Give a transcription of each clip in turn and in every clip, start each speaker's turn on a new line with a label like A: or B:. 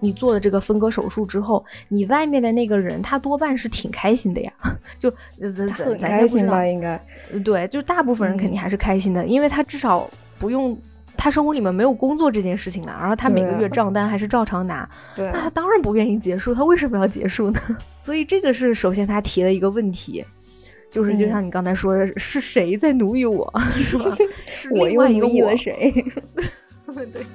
A: 你做了这个分割手术之后，你外面的那个人他多半是挺开心的呀， 就呃 咱
B: 他
A: 咱
B: 很
A: 咱
B: 开
A: 先不知
B: 心
A: 道呃
B: 吧？嗯应该，
A: 对，就大部分人肯定还是开心的，因为他至少不用他生活里面没有工作这件事情了，然后他每
B: 对
A: 个
B: 啊
A: 月账单还是照常拿，
B: 对啊
A: 那他当然不愿意结束，他为什么要结束呢？ 所以这个是首先他提了一个问题。就是就
B: 嗯
A: 像你刚才说的，是谁在奴役我， 是吧？是
B: 我
A: 另
B: 又
A: 外一
B: 奴
A: 个
B: 役
A: 我
B: 了谁？
A: 对。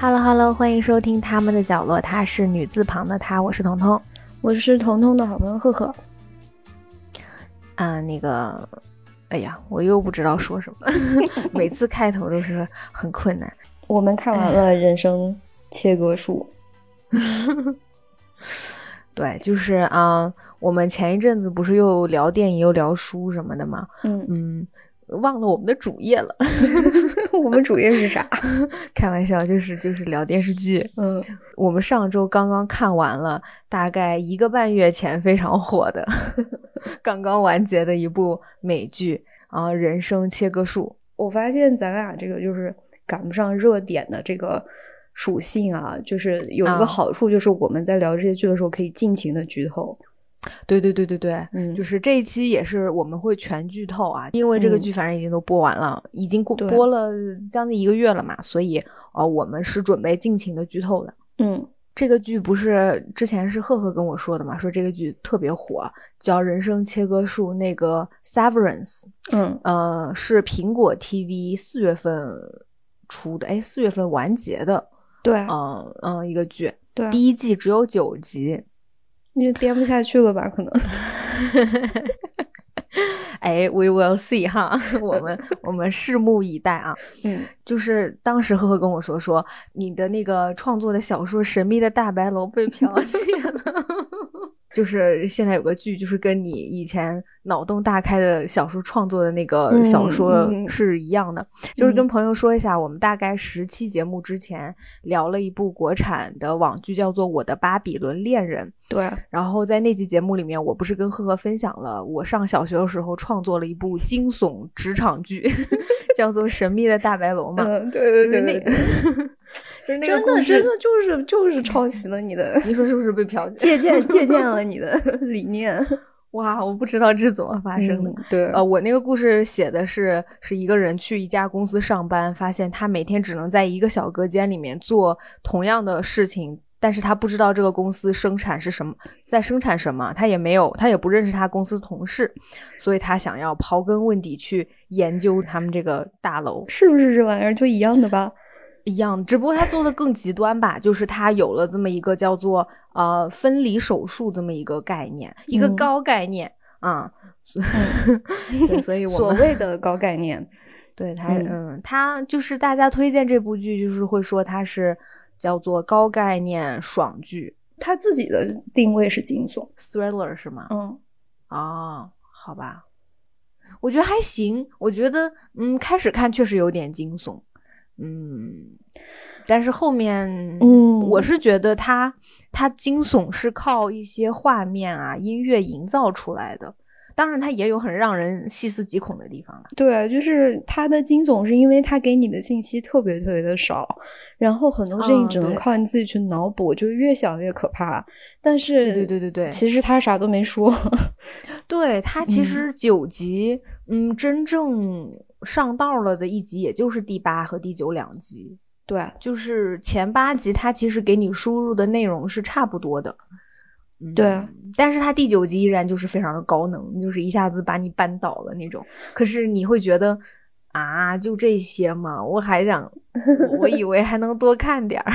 A: Hello Hello，欢迎收听他们的角落，她是女字旁的她，我是彤彤。
B: 我是彤彤的好朋友赫赫，
A: 啊、那个，哎呀，我又不知道说什么， 每次开头都是很困难。
B: 我们看完了《人生切割术
A: 对，就是啊、我们前一阵子不是又聊电影又聊书什么的吗？》，
B: 嗯，
A: 嗯，忘了我们的主页了。
B: 我们主页是啥？
A: 开玩笑，就是就是聊电视剧。
B: 嗯，
A: 我们上周刚刚看完了，大概一个半月前非常火的，刚刚完结的一部美剧啊，《人生切割术
B: 我发现咱俩这个就是赶不上热点的这个属性啊，就是有一
A: 啊
B: 个好处，就是我们在聊这些剧的时候可以尽情的剧透，》。
A: 对对对对对，
B: 嗯，
A: 就是是这一期也是我们会全剧透啊，因为这个
B: 嗯
A: 剧反正已经都播完了，已经过
B: 对
A: 播了将近一个月了嘛，所以呃，我们是准备尽情的剧透的。
B: 嗯，
A: 这个剧不是之前是赫赫跟我说的嘛，说这个剧特别火，叫《人生切割术》，那个 Severance，
B: 嗯
A: 呃，是苹果 TV 四月份出的，哎，四月份完结的，
B: 对
A: 嗯、嗯、一个剧，
B: 对啊，
A: 第一季只有九集，
B: 因为编不下去了吧？可 能
A: 哎，We will see 哈， 我们我们拭目以待啊。
B: 嗯，
A: 就是当时赫赫跟我说说，你的那个创作的小说《神秘的大白楼》被 剽
B: 啊
A: 窃了。就是现在有个剧，就是跟你以前脑洞大开的小说创作的那个
B: 嗯
A: 小说
B: 嗯
A: 是一样的，就是跟
B: 嗯
A: 朋友说一下，我们大概十期节目之前聊了一部国产的网剧，叫做《我的巴比伦恋人》。
B: 对，啊
A: 然后在那期节目里面，我不是跟赫赫分享了我上小学的时候创作了一部惊悚职场剧， 叫做《神秘的大白楼》嘛。
B: 嗯，对对
A: 就是
B: 对
A: 那
B: 对
A: 个
B: 对，，
A: 就是那个
B: 真
A: 故
B: 的
A: 事
B: 真的就是就是抄袭了你的，
A: 你说是不是被剽窃？
B: 借鉴借鉴了你的理念
A: 哇，我不知道这是怎么发生的。
B: 嗯对，
A: 呃，我那个故事写的是，是一个人去一家公司上班，发现他每天只能在一个小隔间里面做同样的事情，但是他不知道这个公司生产是什么，在生产什么，他也没有，他也不认识他公司同事，所以他想要刨根问底去研究他们这个大楼。
B: 是不是这玩意儿就一样的吧？
A: 一样，只不过他做的更极端吧，就是他有了这么一个叫做呃分离手术这么一个概念，一个
B: 嗯
A: 高概念啊。 对，所以我
B: 所
A: 们
B: 谓 的高概念，
A: 对他，
B: 嗯
A: 嗯，他就是大家推荐这部剧，就是会说它是叫做高概念爽剧
B: 他自己的定位是惊悚，
A: thriller 是吗？
B: 嗯，
A: 哦，好吧，我觉得还行，我觉得嗯，开始看确实有点惊悚，嗯，但是后面
B: 嗯
A: 我是觉得它它惊悚是靠一些画面啊、音乐营造出来的，当然它也有很让人细思极恐的地方啦。
B: 对，啊就是他的惊悚是因为他给你的信息特别特别的少，然后很多事情
A: 嗯
B: 只能
A: 对
B: 靠你自己去脑补，就越想越可怕。但是，
A: 对对对对对
B: 其实他啥都没说，
A: 对它其
B: 嗯
A: 实九集，嗯，真正上道了的一集，也就是第八和第九两集，
B: 对，啊
A: 就是前八集，它其实给你输入的内容是差不多的。嗯
B: 对，
A: 但是它第九集依然就是非常的高能，就是一下子把你扳倒了那种。可是你会觉得啊，就这些嘛，我还想，我我以为还能多看点儿，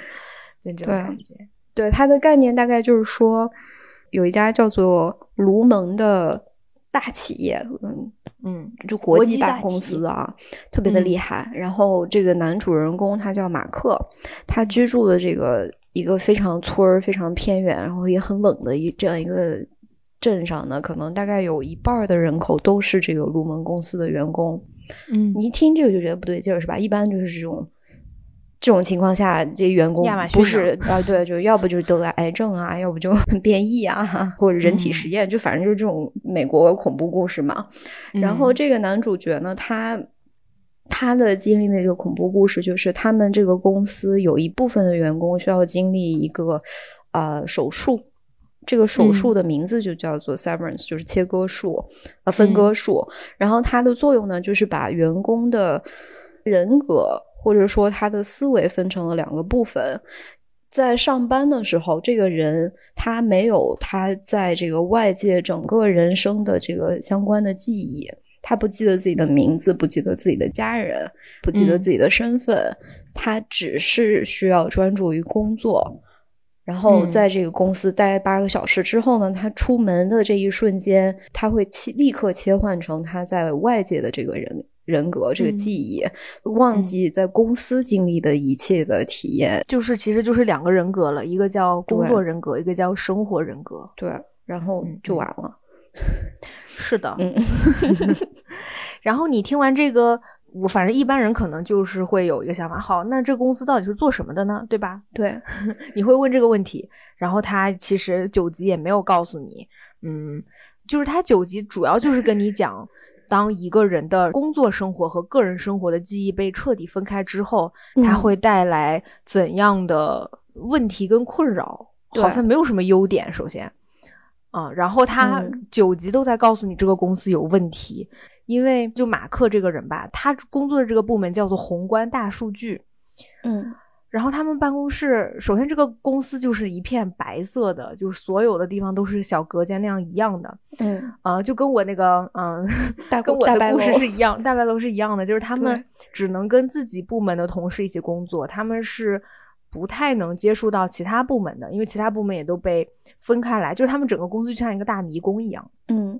A: 就这种
B: 对
A: 感觉。
B: 对，它的概念大概就是说，有一家叫做卢蒙的大企业，嗯，
A: 嗯
B: 就国
A: 国
B: 际
A: 际
B: 大
A: 大
B: 公
A: 企嗯
B: 司啊，特别的厉害。然后这个男主人公他叫马克，他居住的这个一个非常村儿、非常偏远，然后也很冷的一这样一个镇上呢，可能大概有一半儿的人口都是这个卢蒙公司的员工。
A: 嗯
B: 你一听这个就觉得不对劲儿，是吧？一般就是这种这种情况下，这员工
A: 亚马逊
B: 不是啊，对，就要不就得了癌症啊，要不就 变异啊，或者人体
A: 嗯
B: 实验，就反正就是这种美国恐怖故事嘛。然后
A: 嗯
B: 这个男主角呢，他他的经历的这个恐怖故事，就是他们这个公司有一部分的员工需要经历一个呃手术。这个手术
A: 嗯
B: 的名字就叫做 severance，、就是切割术，呃，分
A: 嗯
B: 割术。然后它的作用呢，就是把员工的人格或者说他的思维分成了两个部分。在上班的时候，这个人他没有他在这个外界整个人生的这个相关的记忆，他不记得自己的名字，不记得自己的家人，不记得
A: 嗯
B: 自己的身份，他只是需要专注于工作。然后
A: 嗯
B: 在这个公司待八个小时之后呢，他出门的这一瞬间，他会切立刻切换成他在外界的这个人人格、这个
A: 嗯
B: 记忆，忘
A: 嗯
B: 记在公司经历的一切的体验。
A: 就是其实就是两个人格了，一个叫工
B: 对
A: 作人格，一个叫生活人格。
B: 对，然后
A: 嗯
B: 就
A: 嗯
B: 完了。
A: 是的，
B: 嗯，
A: 然后你听完这个，我反正一般人可能就是会有一个想法，好，那这公司到底是做什么的呢？对吧？
B: 对，
A: 你会问这个问题，然后他其实九级也没有告诉你，嗯，就是他九级主要就是跟你讲，当一个人的工作生活和个人生活的记忆被彻底分开之后，它
B: 嗯
A: 会带来怎样的问题跟困扰？
B: 对
A: 好像没有什么优点，首先。啊、然后他
B: 嗯
A: 九级都在告诉你这个公司有问题，因为就马克这个人吧，他工作的这个部门叫做宏观大数据，
B: 嗯
A: 然后他们办公室，首先这个公司就是一片白色的，就是所有的地方都是小隔间那样一样的，
B: 嗯，
A: 啊，就跟我那个，嗯、
B: 大
A: 跟
B: 故
A: 我
B: 大
A: 的
B: 白
A: 故事
B: 楼
A: 是一样，大白楼是一样的，就是他们
B: 对
A: 只能跟自己部门的同事一起工作，他们是不太能接触到其他部门的，因为其他部门也都被分开来，就是他们整个公司就像一个大迷宫一样。
B: 嗯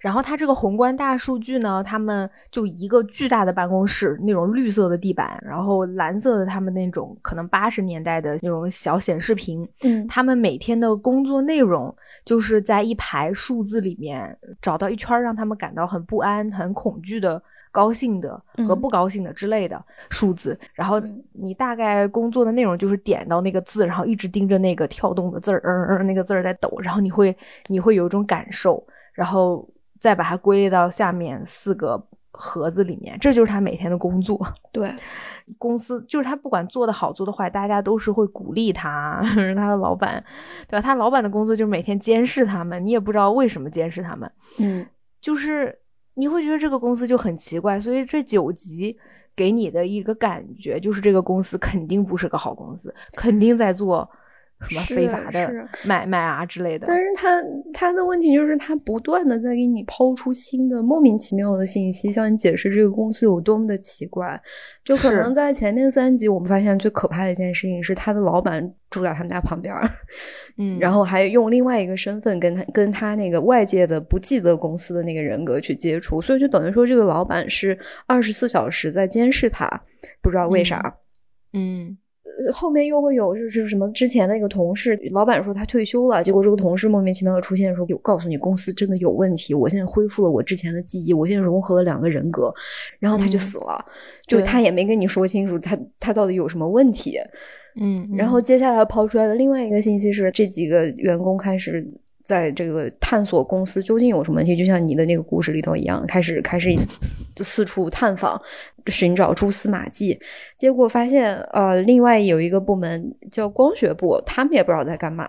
A: 然后它这个宏观大数据呢，他们就一个巨大的办公室，那种绿色的地板，然后蓝色的他们那种可能八十年代的那种小显示屏，
B: 嗯
A: 他们每天的工作内容就是在一排数字里面找到一圈儿让他们感到很不安、很恐惧的。高兴的和
B: 嗯
A: 不高兴的之类的数字，然后
B: 嗯
A: 你大概工作的内容就是点到那个字，然后一直盯着那个跳动的字儿，嗯嗯，那个字儿在抖，然后你会你会有一种感受，然后再把它归类到下面四个盒子里面，这就是他每天的工作。
B: 对，
A: 公司就是他不管做的好做的坏，大家都是会鼓励他， 是他的老板，对吧？他老板的工作就是每天监视他们，你也不知道为什么监视他们，
B: 嗯
A: 就是你会觉得这个公司就很奇怪。所以这九集给你的一个感觉就是，这个公司肯定不是个好公司，肯定在做什么
B: 是
A: 非法
B: 是
A: 的买卖啊之类的。
B: 但是他他的问题就是他不断的在给你抛出新的莫名其妙的信息，向你解释这个公司有多么的奇怪。就可
A: 是
B: 能在前面三集，我们发现最可怕的一件事情是他的老板住在他们家旁边儿，
A: 嗯，
B: 然后还用另外一个身份跟他跟他那个外界的不记得公司的那个人格去接触，所以就等于说这个老板是二十四小时在监视他，不知道为啥。呃
A: 嗯
B: 后面又会有就是什么之前的一个同事，老板说他退休了，结果这个同事莫名其妙的出现说，有告诉你公司真的有问题，我现在恢复了我之前的记忆，我现在融合了两个人格，然后他就
A: 嗯
B: 死了，就
A: 对
B: 他也没跟你说清楚他他到底有什么问题，
A: 嗯，
B: 然后接下来抛出来的另外一个信息是，这几个员工开始在这个探索公司究竟有什么问题，就像你的那个故事里头一样，开始开始四处探访，寻找蛛丝马迹。结果发现，呃，另外有一个部门叫光学部，他们也不知道在干嘛。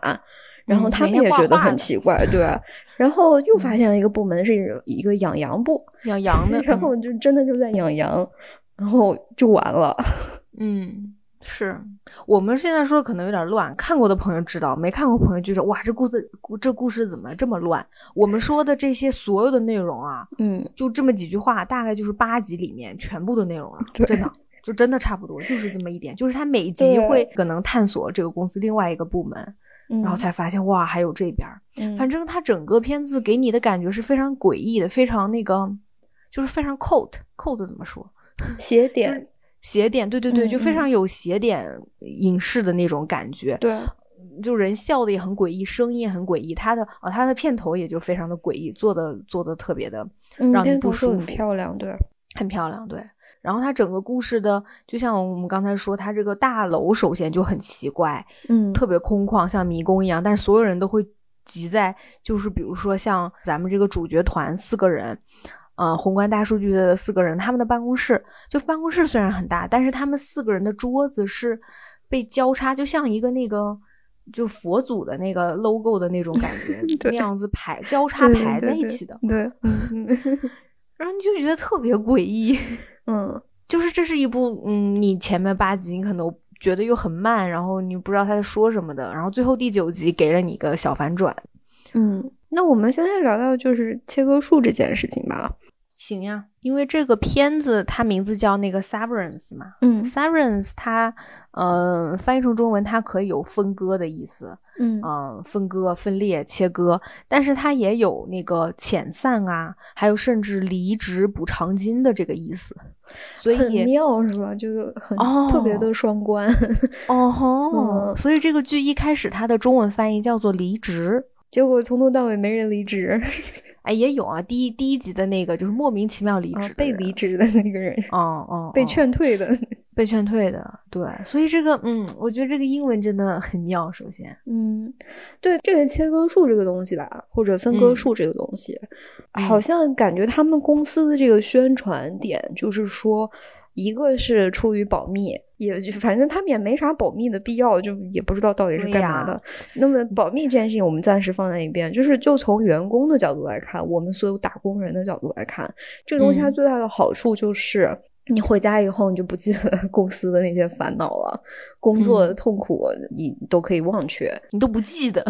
B: 然后
A: 嗯
B: 他
A: 每
B: 们
A: 天
B: 也
A: 画
B: 觉得
A: 画
B: 很
A: 的嗯
B: 奇怪，对。啊然后又发现了一个部门是一个养羊部，
A: 养羊的， 嗯
B: 然后就真的就在养羊，然后就完了。
A: 嗯，是我们现在说可能有点乱，看过的朋友知道，没看过朋友就说哇，这故事故这故事怎么这么乱？我们说的这些所有的内容啊，
B: 嗯，
A: 就这么几句话，大概就是八集里面全部的内容了，
B: 对
A: 真的。就真的差不多，就是这么一点。就是他每集
B: 对
A: 会可能探索这个公司另外一个部门，然后才发现哇，还有这边儿。
B: 嗯
A: 反正他整个片子给你的感觉是非常诡异的，非常那个，就是非常 cult cult 怎么说？
B: 斜点，
A: 斜点，对对对，
B: 嗯
A: 就非
B: 嗯
A: 常有斜点影视的那种感觉，
B: 对，啊
A: 就人笑的也很诡异，声音也很诡异，他的哦，他的片头也就非常的诡异，做的做的特别的
B: 嗯，
A: 让你
B: 片
A: 不
B: 头
A: 舒
B: 说很
A: 服
B: 漂亮，对，
A: 很漂亮，对。然后它整个故事的，就像我们刚才说，它这个大楼首先就很奇怪，
B: 嗯，，
A: 特别空旷，像迷宫一样，但是所有人都会集在，就是比如说像咱们这个主角团四个人，呃，宏观大数据的四个人，他们的办公室，就办公室虽然很大，但是他们四个人的桌子是被交叉，就像一个那个。就佛祖的那个 logo 的那种感觉
B: 对
A: 那样子排交叉
B: 对
A: 排
B: 对
A: 在一
B: 对
A: 起的，
B: 对，嗯
A: 然后你就觉得特别诡异。
B: 嗯
A: 就是这是一部，嗯，你前面八集你可能觉得又很慢，然后你不知道他在说什么的，然后最后第九集给了你一个小反转。
B: 嗯。那我们现在聊到就是切割术这件事情吧。
A: 行呀，因为这个片子它名字叫那个 Severance 嘛
B: 嗯
A: ，Severance 它，呃，翻译成中文它可以有分割的意思，
B: 嗯
A: 嗯，分割、分裂、切割，但是它也有那个遣散啊，还有甚至离职补偿金的这个意思，所以
B: 很妙是吧？就是很、特别的
A: 哦
B: 双关。
A: 哦吼，
B: 嗯
A: 所以这个剧一开始它的中文翻译叫做离职。
B: 结果从头到尾没人离职，
A: 哎，也有啊，第一第一集的那个就是莫名其妙离职、
B: 啊，被离，职的那个人，
A: 哦哦，
B: 被
A: 哦
B: 劝 退的，
A: 被劝退的，对，所以这个嗯，我觉得这个英文真的很妙。首先，
B: 嗯，对这个切割术这个东西吧，或者分割
A: 嗯
B: 术这个东西，
A: 嗯
B: 好像感觉他们公司的这个宣传点就是说，一个是出于保密，也就反正他们也没啥保密的必要，就也不知道到底是
A: 对
B: 干嘛
A: 呀嗯
B: 的。那么保密这件事情我们暂时放在一边，就是就从员工的角度来看，我们所有打工人的角度来看，这个东西它
A: 嗯
B: 最大的好处就是。你回家以后，你就不记得 公司的那些烦恼了，工作的
A: 嗯
B: 痛苦你都可以忘却。
A: 你都不记 得，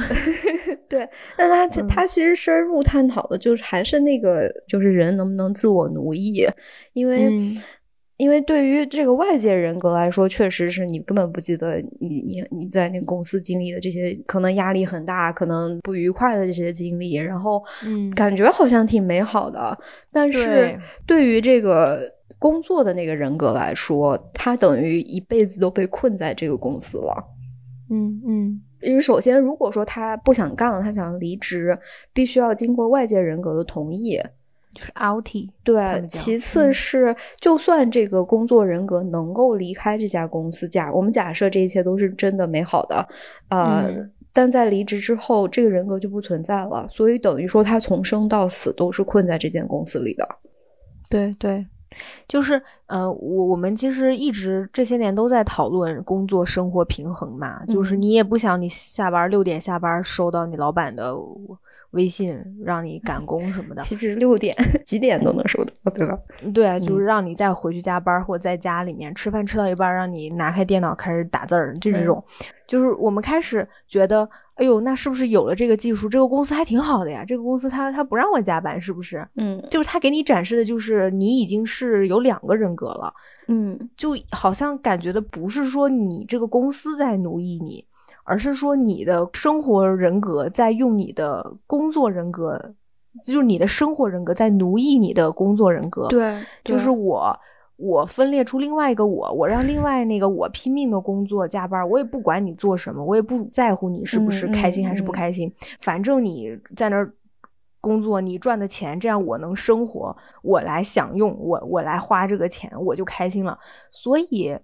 B: 但他其
A: 嗯
B: 他其实深入探讨的就是还是那个，就是人能不能自我奴役，因为、
A: 嗯
B: 因为对于这个外界人格来说，确实是你根本不记得你你你在那个公司经历的这些可能压力很大、可能不愉快的这些经历，然后
A: 嗯
B: 感觉好像挺美好的，但是
A: 对
B: 对于这个。工作的那个人格来说，他等于一辈子都被困在这个公司了。
A: 嗯嗯
B: 因为首先，如果说他不想干了，他想离职，必须要经过外界人格的同意。
A: 就是 outy，他
B: 对，
A: 们叫
B: 其次
A: 嗯
B: 是，就算这个工作人格能够离开这家公司，假我们假设这一切都是真的美好的，呃，
A: 嗯
B: 但在离职之后，这个人格就不存在了，所以等于说他从生到死都是困在这间公司里的。
A: 对对，就是呃，我我们其实一直这些年都在讨论工作生活平衡嘛，就是
B: 嗯
A: 你也不想你下班六点下班收到你老板的微信让你赶工什么的，
B: 其实六点 几点都能收到，对吧？
A: 对啊，就
B: 嗯
A: 是让你再回去加班儿，或者在家里面吃饭吃到一半儿，让你拿开电脑开始打字儿，就这种。就是我们开始觉得，哎呦，那是不是有了这个技术，这个公司还挺好的呀？这个公司它它不让我加班，是不是？
B: 嗯
A: 就是它给你展示的就是你已经是有两个人格了，
B: 嗯
A: 就好像感觉的不是说你这个公司在奴役你，而是说你的生活人格在用你的工作人格。就是你的生活人格在奴役你的工作人格，
B: 嗯对，
A: 就是我，我分裂出另外一个我，我让另外那个我拼命的工作加班，我也不管你做什么，我也不在乎你是不是
B: 嗯
A: 开心还是不
B: 嗯嗯
A: 开心，反正你在那儿工作，你赚的钱，这样我能生活，我来享用，我我来花这个钱，我就开心了。所以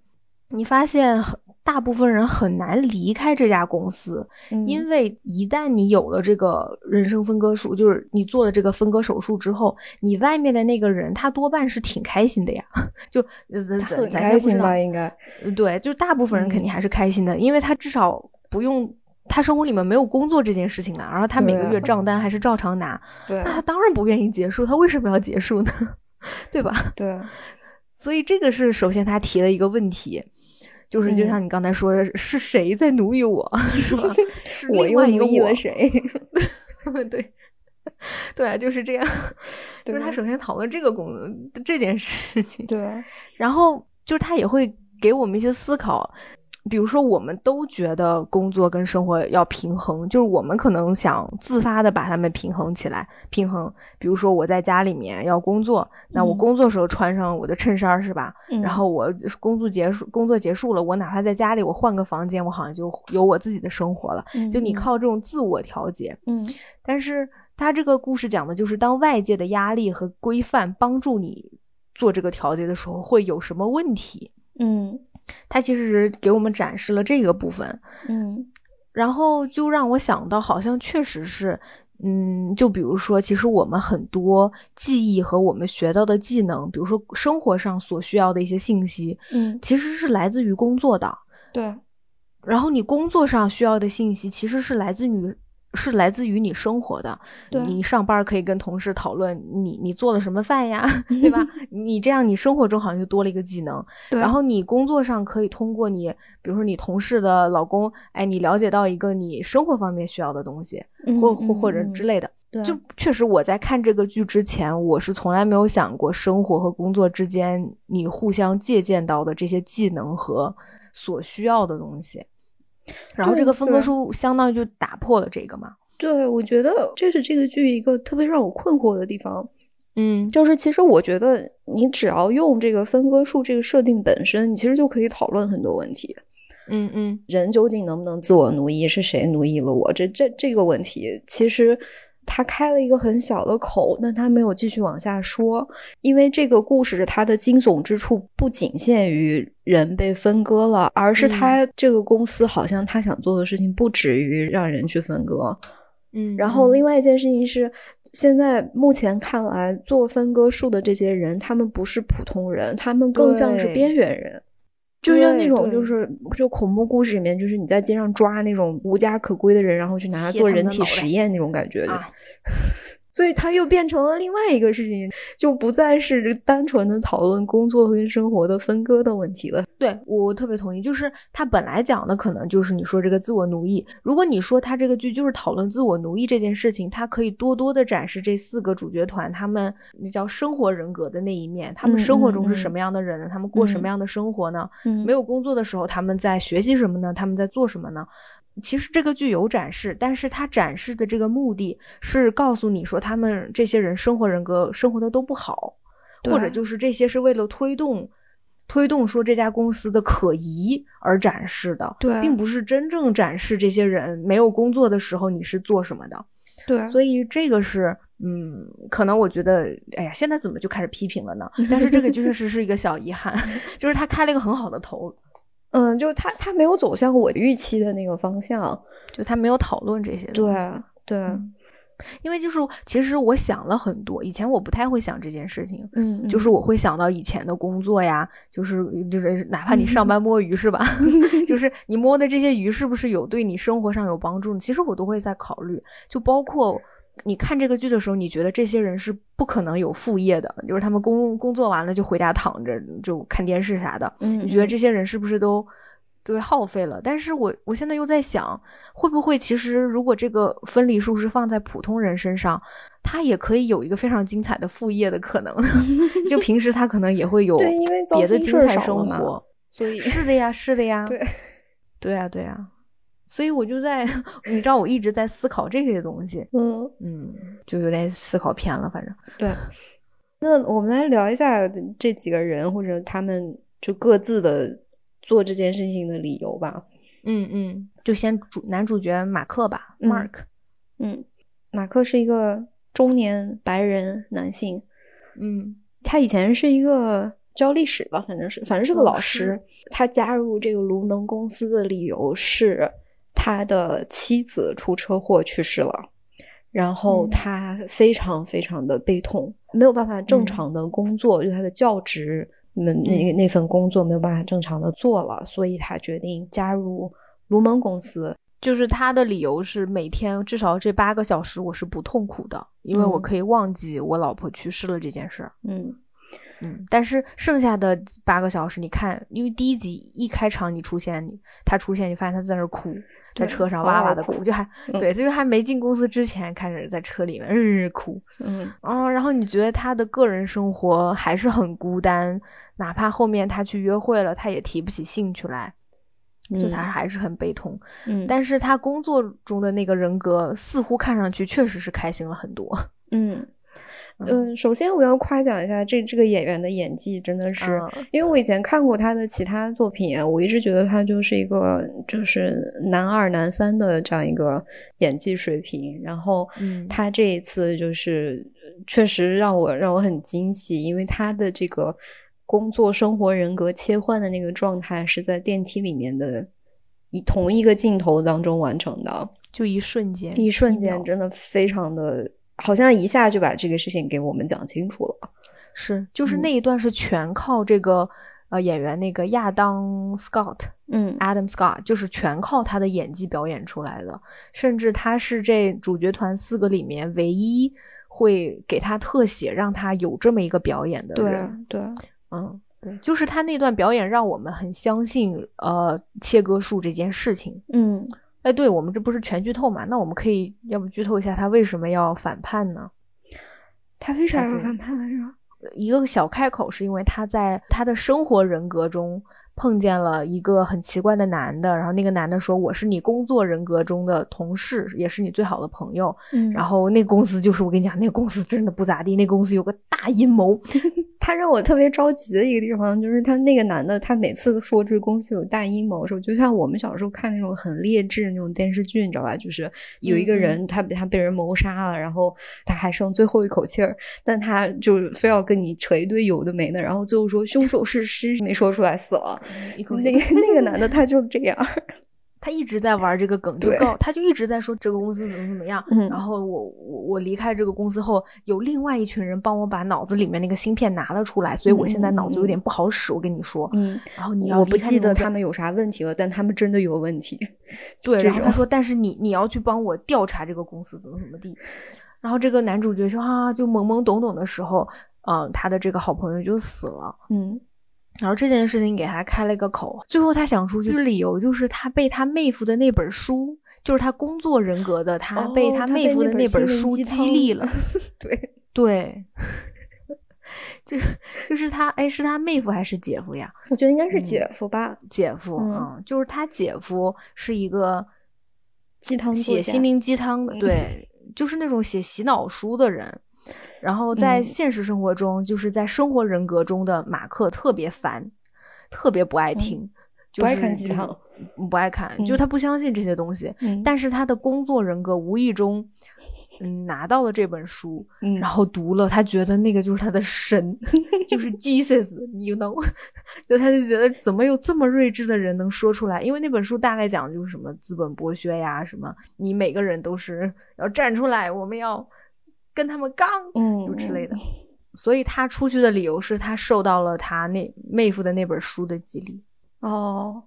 A: 你发现很大部分人很难离开这家公司，
B: 嗯
A: 因为一旦你有了这个人生分割术，就是你做了这个分割手术之后，你外面的那个人他多半是挺开心的呀， 就呃咱
B: 他很
A: 咱先
B: 开
A: 不知
B: 心
A: 道呃
B: 吧？，嗯应该，
A: 对，就大部分人肯定还是开心的，因为他至少不用他生活里面没有工作这件事情啊，然后他每个
B: 对
A: 月账单还是照常拿，
B: 对啊
A: 那他当然不愿意结束，他为什么要结束呢？ 对吧？
B: 对，
A: 所以这个是首先他提了一个问题，就是就
B: 嗯
A: 像你刚才说的，是谁在奴役我， 是吧？是
B: 我
A: 另外
B: 又
A: 一
B: 奴
A: 个
B: 役
A: 我
B: 了 谁？
A: 对，对啊，就是这样。就是他
B: 对啊
A: 首先讨论这个工这件事情，
B: 对，
A: 然后就是他也会给我们一些思考。比如说，我们都觉得工作跟生活要平衡，就是我们可能想自发的把它们平衡起来，平衡。比如说，我在家里面要工作，那我
B: 嗯
A: 工作时候穿上我的衬衫儿是吧？然后我工作结束，工作结束了，我哪怕在家里，我换个房间，我好像就有我自己的生活了。就你靠这种自我调节，
B: 嗯，
A: 但是他这个故事讲的就是，当外界的压力和规范帮助你做这个调节的时候会有什么问题。
B: 嗯
A: 他其实给我们展示了这个部分，
B: 嗯
A: 然后就让我想到，好像确实是，嗯，就比如说，其实我们很多记忆和我们学到的技能，比如说生活上所需要的一些信息，
B: 嗯，
A: 其实是来自于工作的。
B: 对，
A: 然后你工作上需要的信息，其实是来自于。是来自于你生活的，
B: 对
A: 你上班可以跟同事讨论你你做了什么饭 呀，对吧？你这样你生活中好像就多了一个技能，
B: 对，
A: 然后你工作上可以通过你，比如说你同事的老公，哎，你了解到一个你生活方面需要的东西，或或或者之
B: 类，
A: 类的。
B: 嗯对，
A: 就确实我在看这个剧之前，我是从来没有想过生活和工作之间你互相借鉴到的这些技能和所需要的东西。然后这
B: 对
A: 个分割
B: 对
A: 书相当于就打破了这个嘛。
B: 对，我觉得这是这个剧一个特别让我困惑的地方，
A: 嗯，
B: 就是其实我觉得你只要用这个分割术这个设定本身，你其实就可以讨论很多问题。
A: 嗯嗯，
B: 人究竟能不能自我奴役？是谁奴役了我？这这这个问题，其实他开了一个很小的口，但他没有继续往下说，因为这个故事它的惊悚之处不仅限于人被分割了，而是他这个公司好像他想做的事情不止于让人去分割。
A: 嗯
B: 然后另
A: 外，
B: 外一件事情是。现在目前看来，做分割术的这些人，他们不是普通人，他们更像是
A: 对
B: 边缘人。就像那
A: 对
B: 种
A: 对
B: 就是就恐怖故事里面，就是你在街上抓那种无家可归的人，然后去拿他
A: 切
B: 做
A: 他们
B: 人
A: 的
B: 体
A: 脑袋
B: 实验那种感觉。
A: 啊
B: 所以他又变成了另外一个事情，就不再是单纯的讨论工作跟生活的分割的问题了。
A: 对我特别同意，就是他本来讲的可能就是你说这个自我奴役。如果你说他这个剧就是讨论自我奴役这件事情，他可以多多的展示这四个主角团他们那叫生活人格的那一面，他们
B: 嗯
A: 生活
B: 嗯
A: 中是什
B: 嗯
A: 么样的人呢？他们过什么
B: 嗯
A: 样的生活呢？
B: 嗯
A: 没有工作的时候，他们在学习什么呢？他们在做什么呢？其实这个剧有展示，但是它展示的这个目的是告诉你说，他们这些人生活人格生活的都不好，
B: 对
A: 或者就是这些是为了推动推动说这家公司的可疑而展示的，
B: 对
A: 并不是真正展示这些人没有工作的时候你是做什么的。
B: 对
A: 所以这个是，嗯，可能我觉得，哎呀，现在怎么就开始批评了呢？但是这个确实是一个小遗憾， 就是他开了一个很好的头，
B: 嗯，就是他他没有走向我预期的那个方向。
A: 就他没有讨论这些东
B: 对
A: 西。
B: 对，
A: 嗯因为就是其实我想了很多，以前我不太会想这件事情。
B: 嗯
A: 就是我会想到以前的工作呀，就是就是哪怕你 上班摸鱼是吧？ 就是你摸的这些鱼是不是有对你生活上有帮助？其实我都会在考虑，就包括你看这个剧的时候，你觉得这些人是不可能有副业的，就是他们工工作完了就回家躺着就看电视啥的。
B: 嗯，
A: 你觉得
B: 嗯
A: 这些人是不是都都被耗费了？但是我我现在又在想，会不会其实如果这个分离术是放在普通人身上，他也可以有一个非常精彩的副业的可 能。就平时他可能也会有
B: 对因为糟
A: 别的
B: 心
A: 精
B: 事儿
A: 彩
B: 少了
A: 生
B: 嘛
A: 活。
B: 所以
A: 是的呀，是的呀，
B: 对
A: 对呀，对呀。所以我就在， 你知道，我一直在思考这些东西，
B: 嗯。
A: 嗯，就有点思考偏了，反正，
B: 对，那我们来聊一下这几个人或者他们就各自的做这件事情的理由吧。
A: 嗯嗯，就先主男主角马克吧、
B: 嗯
A: m a r k
B: 嗯，马克是一个中年白人男性，
A: 嗯
B: 他以前是一个教历史吧，反正是反正是个老
A: 老师
B: 师。他加入这个卢蒙公司的理由是他的妻子出车祸去世了，然后
A: 嗯
B: 他非常非常的悲痛，没有办法正
A: 嗯
B: 常的工作，就他的教职。那那那份工作没有办法正常的做了，所以他决定加入卢蒙公司。
A: 就是他的理由是每天至少这八个小时我是不痛苦的，因为我
B: 嗯
A: 可以忘记我老婆去世了这件事儿。
B: 嗯，
A: 嗯，但是剩下的八个小时，你看，因为第一集一开场你出现你，他出现，你发现他在那儿哭，在
B: 对
A: 车上
B: 嗷
A: 哇
B: 嗷
A: 哇的
B: 哭
A: 就还、
B: 嗯
A: 对，就是还没进公司之前开始在车里面日日哭。
B: 嗯
A: 哦，然后你觉得他的个人生活还是很孤单，哪怕后面他去约会了，他也提不起兴趣来，就
B: 嗯
A: 他还是很悲痛。
B: 嗯，
A: 但是他工作中的那个人格似乎看上去确实是开心了很多。
B: 嗯，
A: 嗯
B: 嗯，首先我要夸奖一下这这个演员的演技，真的是，
A: 嗯
B: 因为我以前看过他的其他作品，啊我一直觉得他就是一个就是男二、男三的这样一个演技水平。然后
A: 嗯
B: 他这一次就是确实让我让我很惊喜，因为他的这个工作生活人格切换的那个状态是在电梯里面的一同一个镜头当中完成的。
A: 就一瞬间，
B: 一瞬
A: 秒
B: 间真的非常的，好像一下就把这个事情给我们讲清楚了。
A: 是，就是
B: 嗯
A: 那一段是全靠这个呃演员那个亚当 Scott
B: 嗯
A: Adam Scott，就是全靠他的演技表演出来的，甚至他是这主角团四个里面唯一会给他特写，让他有这么一个表演的
B: 对啊
A: 人。
B: 对，
A: 嗯，对，就是他那段表演让我们很相信呃切割术这件事情。
B: 嗯，
A: 哎，对我们这不是全剧透嘛？那我们可以要不剧透一下他为什么要反叛呢？
B: 他为啥
A: 他
B: 要
A: 是
B: 反叛来着？
A: 一个小开口，是因为他在他的生活人格中碰见了一个很奇怪的男的，然后那个男的说：“我是你工作人格中的同事，也是你最好的朋友。”
B: 嗯
A: 然后那公司就是我跟你讲，那个公司真的不咋地，那公司有个大阴谋。
B: 他让我特别着急的一个地方就是，他那个男的，他每次都说这个公司有大阴谋的时候，就像我们小时候看那种很劣质的那种电视剧，你知道吧？就是有一个
A: 嗯嗯
B: 人他他被人谋杀了，然后他还剩最后一口气儿，但他就是非要跟你扯一堆有的没的，然后最后说凶手是尸，没说出来死了。
A: 嗯一口
B: 那
A: 气
B: 个那个男的他就这样，
A: 他一直在玩这个梗，就
B: 对
A: 告他就一直在说这个公司怎么怎么样。
B: 嗯
A: 然后我我我离开这个公司后，有另外一群人帮我把脑子里面那个芯片拿了出来，所以我现在脑子有点不好使。我跟你说，
B: 嗯，
A: 然后你要
B: 我不
A: 离开
B: 记
A: 那个
B: 得
A: 公司
B: 他们有啥问题了，但他们真的有问题。
A: 对，
B: 这
A: 然后他
B: 种
A: 说，但是你你要去帮我调查这个公司怎么怎么地。然后这个男主角就啊，就懵懵懂懂的时候，嗯、他的这个好朋友就死了。
B: 嗯
A: 然后这件事情给他开了一个口，最后他想出去，
B: 嗯
A: 理由就是他被他妹夫的那本书，就是他工作人格的，他被
B: 哦
A: 他
B: 他
A: 妹
B: 被
A: 夫
B: 那
A: 的
B: 本
A: 那本
B: 心灵
A: 书
B: 鸡
A: 激
B: 汤
A: 励了。
B: 对，
A: 对， 就就是他，哎，是他妹夫还是姐夫呀？
B: 我觉得应该
A: 是
B: 是
A: 姐
B: 姐夫吧，
A: 姐夫，
B: 嗯
A: 嗯，就是他姐夫是一个
B: 鸡汤作
A: 写
B: 家
A: 心灵鸡汤的，
B: 嗯
A: 对，就是那种写洗脑书的人。然后在
B: 嗯
A: 现实生活中，就是在生活人格中的马克特别烦，特别不爱听，就
B: 嗯不爱
A: 是
B: 看鸡
A: 就
B: 汤，
A: 不爱看，就
B: 嗯
A: 他不相信这些东西。
B: 嗯
A: 但是他的工作人格无意中，嗯，拿到了这本书，
B: 嗯
A: 然后读了，他觉得那个就是他的神，就是 Jesus，you know，就 他就觉得怎么有这么睿智的人能说出来？因为那本书大概讲的就是什么资本剥削呀，什么你每个人都是要站出来，我们要跟他们刚，
B: 嗯
A: 就之类的。 所以他出去的理由是他受到了他那妹夫的那本书的激励，
B: 哦，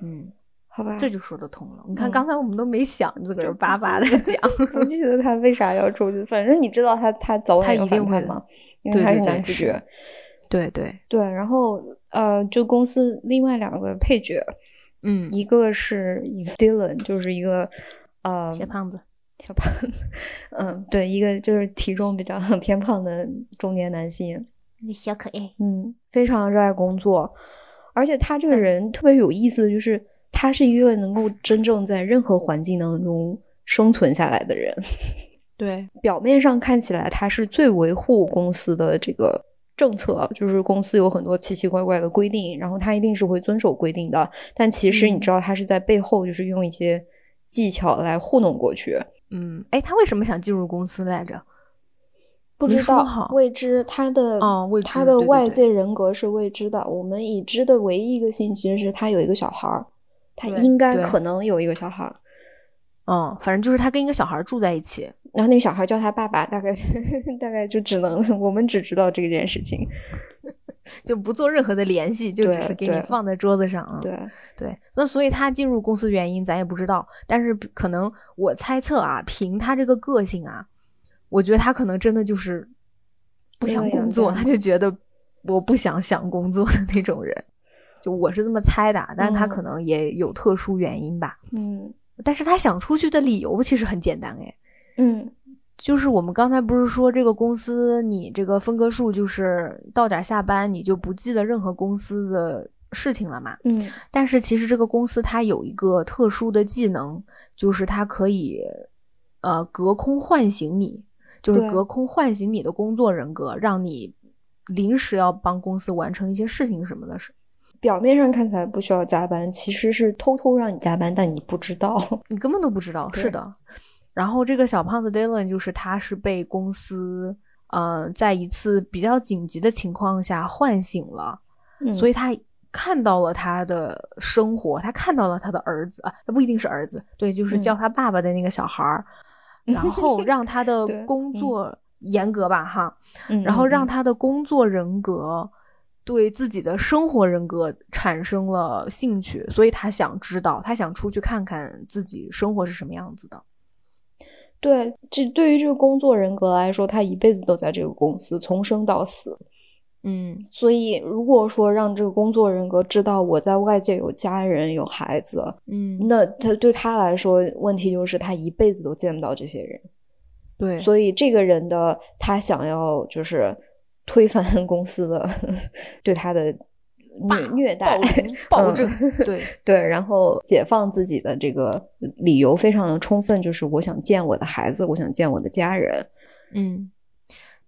A: 嗯，
B: 好吧，
A: 这就说得通了。你看
B: 嗯
A: 刚才我们都没想，你就搁这
B: 就
A: 叭
B: 不
A: 叭的
B: 记
A: 讲，
B: 不记得他为啥要出去，反正你知道他他早晚
A: 他
B: 要
A: 一定
B: 反
A: 会
B: 叛
A: 的
B: 嘛，因
A: 对
B: 为他
A: 对
B: 是
A: 对
B: 男主
A: 是
B: 角。
A: 对对，
B: 对，然后呃，就公司另外两个配角，
A: 嗯，
B: 一个是一个 Dylan，就是一个呃
A: 小胖子，
B: 小胖子，嗯，对，一个就是体重比较 偏胖的中年男性，
A: 你小可爱，
B: 嗯，非常热爱工作，而且他这个人特别有意思，就是他是一个能够真正在任何环境当中生存下来的人。
A: 对，
B: 表面上看起来他是最维护公司的这个政策，就是公司有很多奇奇怪怪的规定，然后他一定是会遵守规定的。但其实你
A: 嗯
B: 知道他是在背后就是用一些技巧来糊弄过去。
A: 嗯，哎，他为什么想进入公司来着？
B: 不
A: 没
B: 知
A: 说
B: 道
A: 好
B: 未知，他的
A: 哦未
B: 他
A: 知
B: 的
A: 对对
B: 外
A: 对
B: 界人格是未知的。我们已知的唯一一个信息是他有一个小孩儿，他
A: 对
B: 应该
A: 对
B: 可能有一个小孩儿。
A: 嗯，反正就是他跟一个小孩住在一起，
B: 然后那个小孩叫他爸爸，大概 大概就只能我们只知道这件事情。
A: 就不做任何的联系，就只
B: 对
A: 是给你
B: 对
A: 放在桌子上啊。
B: 对，
A: 对，那所以他进入公司原因咱也不知道，但是可能我猜测啊，凭他这个个性啊，我觉得他可能真的就是不
B: 对
A: 想
B: 呀
A: 工
B: 对
A: 作，
B: 呀
A: 他就觉得我不想想工作的那种人，就我是这么猜的啊，但是他
B: 嗯
A: 可能也有特殊原因吧。
B: 嗯
A: 但是他想出去的理由其实很简单，哎，
B: 嗯
A: 就是我们刚才不是说这个公司，你这个分割数就是到点儿下班你就不记得任何公司的事情了嘛？
B: 嗯
A: 但是其实这个公司它有一个特殊的技能，就是它可以呃隔空唤醒你，就是
B: 对
A: 隔空唤醒你的工作人格，让你临时要帮公司完成一些事情什么的事。
B: 表面上看起来不需要加班，其实是偷偷让你加班，但你不知 道。
A: 你根本都不知道。是
B: 对
A: 的。然后这个小胖子 Dylan 就是他是被公司，呃，在一次比较紧急的情况下唤醒了，所
B: 以
A: 以他看到了他的生活，他看到了他的儿子啊，不一定是儿子，对，就是
B: 嗯
A: 叫他爸爸的那个小孩 儿，然后让他的
B: 对
A: 工
B: 嗯
A: 作严格吧，哈，然后让他的工作人格对自己的生活人格产生了兴趣，所以他想知道，他想出去看看自己生活是什么样子的。
B: 对这对于这个工作人格来说，他一辈子都在这个公司，从生到死。
A: 嗯，
B: 所以，如果说让这个工作人格知道我在外界有家人、有孩子，
A: 嗯，
B: 那他对他来说，问题就是他一辈子都见不到这些人。
A: 对，
B: 所以，这个人的他想要就是推翻 公司的对他的
A: 霸
B: 虐虐待
A: 暴、凌、暴
B: 嗯
A: 政，对，
B: 对，然后解放自己的这个理由非常的充分，就是我想见我的孩子，我想见我的家人。
A: 嗯。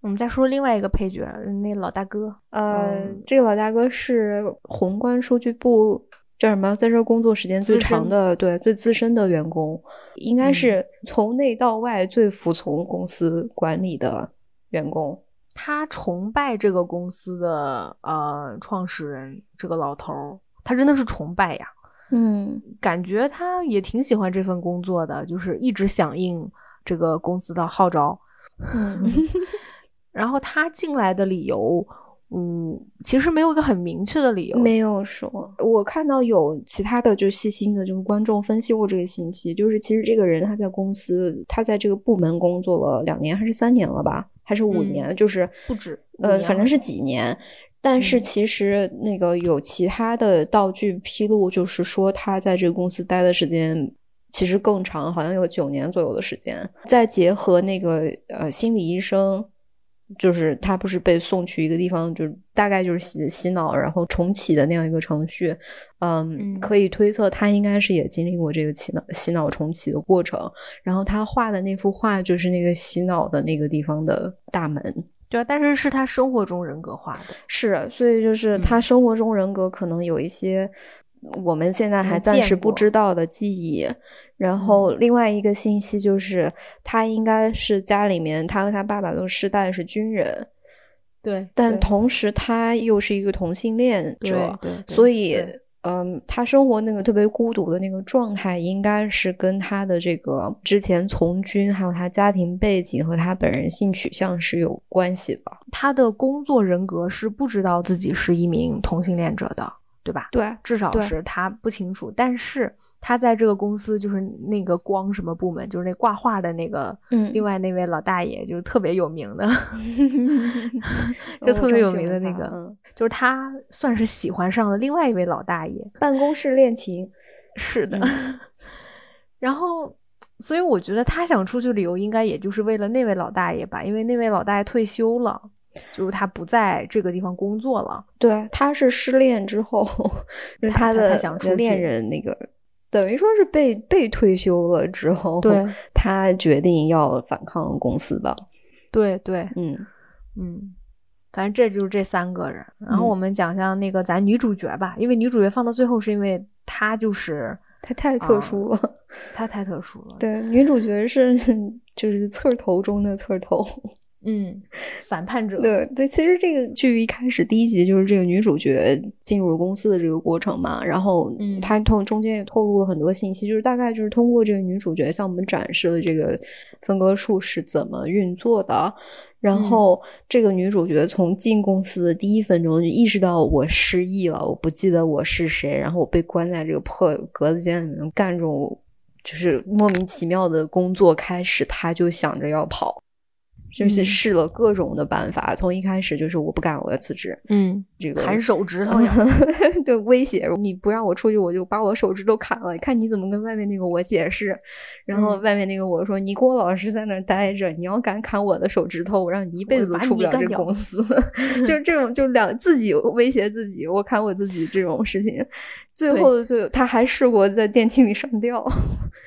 A: 我们再说另外一个配角，那老大哥，
B: 呃，
A: 嗯
B: 这个老大哥是宏观数据部叫什么，在这儿工作时间最
A: 资深嗯
B: 长的，对，最资深的员工，应该是从内到外最服从公司管理的员工。
A: 他崇拜这个公司的呃创始人这个老头儿，他真的是崇拜呀。
B: 嗯，
A: 感觉他也挺喜欢这份工作的，就是一直响应这个公司的号召。
B: 嗯
A: 然后他进来的理由，嗯，其实没有一个很明确的理 由。
B: 没嗯有说，我看到有其他的，就是细心的，就是观众分析过这个信息，就是其实这个人他在公司，他在这个部门工作了两年还是三年了吧，还是五
A: 嗯
B: 年，就是
A: 不止五
B: 呃，
A: 年
B: 反
A: 好
B: 正是几年。但是
A: 嗯
B: 其实那个有其他的道据披露，就是说他在这个公司待的时间其实更长，好像有九年左右的时间。再结合那个呃心理医生，就是他不是被送去一个地方，就是大概就是洗洗脑，然后重启的那样一个程序。嗯，
A: 嗯
B: 可以推测他应该是也经历过这个洗脑洗脑重启的过程。然后他画的那幅画就是那个洗脑的那个地方的大门。
A: 对啊，但是是他生活中人格化的，
B: 是，啊所以就是
A: 嗯
B: 他生活中人格可能有一些我们现在还
A: 没
B: 暂
A: 见
B: 时不
A: 过嗯
B: 知道的记忆。然后另外一个信息就是，他应该是家里面他和他爸爸都世代是军人，
A: 对，
B: 但同时他又是一个同性恋
A: 对
B: 者，
A: 对，
B: 所以
A: 对
B: 嗯，他生活那个特别孤独的那个状态，应该是跟他的这个之前从军，还有他家庭背景和他本人性取向是有关系的。
A: 他的工作人格是不知道自己是一名同性恋者的，对吧？
B: 对，
A: 至少
B: 对
A: 是他不清楚，但是他在这个公司就是那个光什么部门，就是那挂画的那个，
B: 嗯
A: 另外那位老大爷就是特别有名 的，
B: 就
A: 就
B: 特
A: 特
B: 别
A: 别
B: 有
A: 有
B: 名
A: 名的
B: 的那
A: 那
B: 个
A: 个就是他算是喜欢上了另外一位老大爷。
B: 办公室恋情，
A: 是的， 然后。所以我觉得他想出去旅游，应该也就是为了那位老大爷吧，因为那位老大爷退休了，就是他不在这个地方工作了。
B: 对，他是失恋之后， 就是
A: 他他
B: 的
A: 他想出
B: 的恋
A: 去
B: 人那个，等于说是被被退休了之后，
A: 对，
B: 他决定要反抗公司的，
A: 对对，
B: 嗯
A: 嗯，反正这就是这三个人。然后
B: 嗯
A: 我们讲讲那个咱女主角吧，因为女主角放到最后是因为她就是
B: 他太特
A: 啊
B: 殊了，
A: 她太特殊了，，
B: 对，女主角是 就是刺儿头中的刺儿头，
A: 嗯，反叛者，
B: 对对，其实这个剧一开始第一集就是这个女主角进入公司的这个过程嘛，然后
A: 嗯
B: 她透中间也透露了很多信息，就是大概就是通过这个女主角向我们展示了这个分割术是怎么运作的，然
A: 嗯
B: 后这个女主角从进公司的第一分钟就意识到我失忆了，我不记得我是谁，然后我被关在这个破格子间里面干这种就是莫名其妙的工作，开始她就想着要跑。就是
A: 嗯
B: 试了各种的办法，从一开始就是我不干，我要辞职，
A: 嗯，
B: 这个
A: 砍手指头呀，
B: 对威胁你不让我出去，我就把我手指头砍了，看你怎么跟外面那个我解释。然后
A: 嗯
B: 外面那个我说：“你给我老实在那儿待着，你要敢砍我的手指头，我让你一辈
A: 我
B: 子都
A: 把
B: 出不
A: 你
B: 了
A: 干
B: 这
A: 掉
B: 公司。”就这种就两自己威胁自己，我砍我自己这种事情，最后的最后，他还试过在电梯里上吊，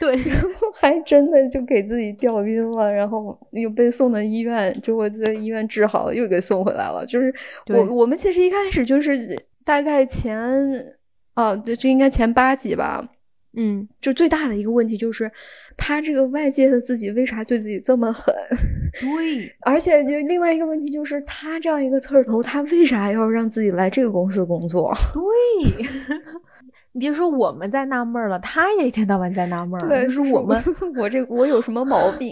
A: 对，
B: 然后 还真的就给自己吊晕了，然后又被送到医院，结果在医院治好，又给送回来了。就是我
A: 对
B: 我们其实一开始就是大概前哦，对，这应该前八集吧。
A: 嗯，
B: 就最大的一个问题就是，他这个外界的自己为啥对自己这么狠？
A: 对，
B: 而且就另外一个问题就是，他这样一个刺儿头，他为啥要让自己来这个公司工作？
A: 对。 你别说我们在纳闷儿了，他也一天到晚在纳闷儿，
B: 对，
A: 就是我们，
B: 我这我有什么毛 病？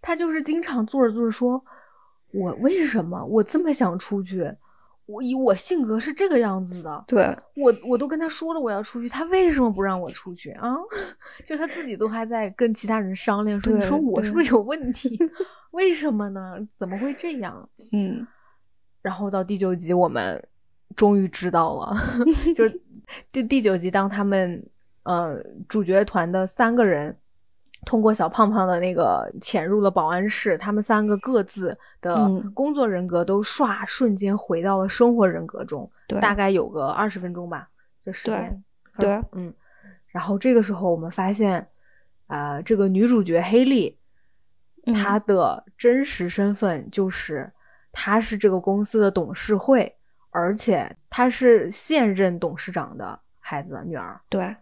A: 他就是经常做着做着说，我为什么我这么想出去？我以我性格是这个样子的，
B: 对，
A: 我我都跟他说了我要出去，他为什么不让我出去啊？ 就他自己都还在跟其他人商量说，你
B: 对
A: 说我
B: 对
A: 是不是有问题？ 为什么呢？怎么会这样？
B: 嗯，
A: 然后到第九集，我们终于知道了， 就是就第九集，当他们呃主角团的三个人通过小胖胖的那个潜入了保安室，他们三个各自的
B: 嗯
A: 工作人格都唰瞬间回到了生活人格中，
B: 对
A: 大概有个二十分钟吧这时
B: 对
A: 间。
B: 对，
A: 嗯。然后这个时候我们发现，呃，这个女主角黑莉，
B: 嗯
A: 她的真实身份就是她是这个公司的董事会，而且她是现任董事长的孩子女儿，
B: 对，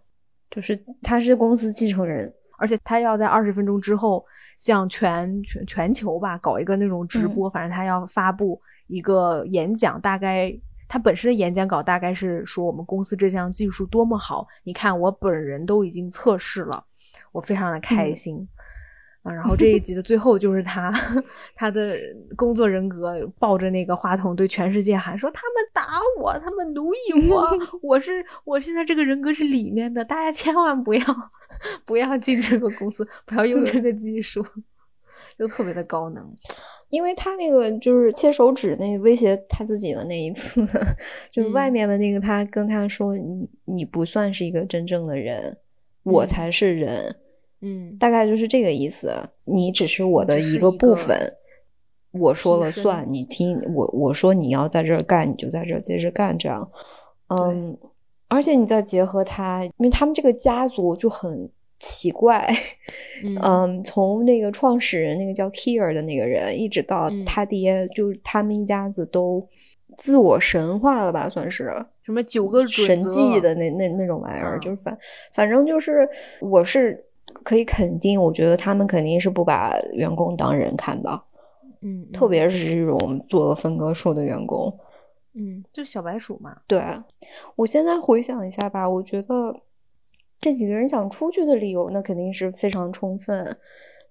B: 就是
A: 嗯
B: 他是公司继承人，
A: 而且她要在二十分钟之后向全全全球吧搞一个那种直播，反正她要发布一个演讲，大概。她本身的演讲稿大概是说我们公司这项技术多么好，你看我本人都已经测试了，我非常的开
B: 嗯
A: 心。啊，然后这一集的最后就是他， 他的工作人格抱着那个话筒对全世界喊说：“他们打我，他们奴役我，我是我现在这个人格是里面的，大家千万不要不要进这个公司，不要用这个技术， 就特别的高能。
B: 因为他那个就是切手指那威胁他自己的那一次， 就是外
A: 嗯
B: 面的那个他跟他说你你不算是一个真正的人，我
A: 嗯
B: 才是人，”
A: 嗯，
B: 大概就是这个意思。你只是我
A: 你
B: 的
A: 只是
B: 个
A: 一
B: 部
A: 个
B: 分，我说
A: 替
B: 了
A: 身
B: 算，你听我我说你要在这儿干，你就在这儿接着干，这样，嗯，而且你再结合他，因为他们这个家族就很奇怪，
A: 嗯
B: 嗯，从那个创始人那个叫 Kier 的那个人，一直到
A: 嗯
B: 他爹，就是他们一家子都自我神化了吧，算是
A: 什么九个准
B: 神
A: 则
B: 迹的那那那种玩意儿，
A: 嗯
B: 就是反反正就是我是可以肯定，我觉得他们肯定是不把员工当人看的，
A: 嗯，
B: 特
A: 嗯
B: 别是这种做了分割数的员工。
A: 嗯，就是小白鼠嘛，
B: 对，啊我现在回想一下吧，我觉得这几个人想出去的理由，那肯定是非常充分。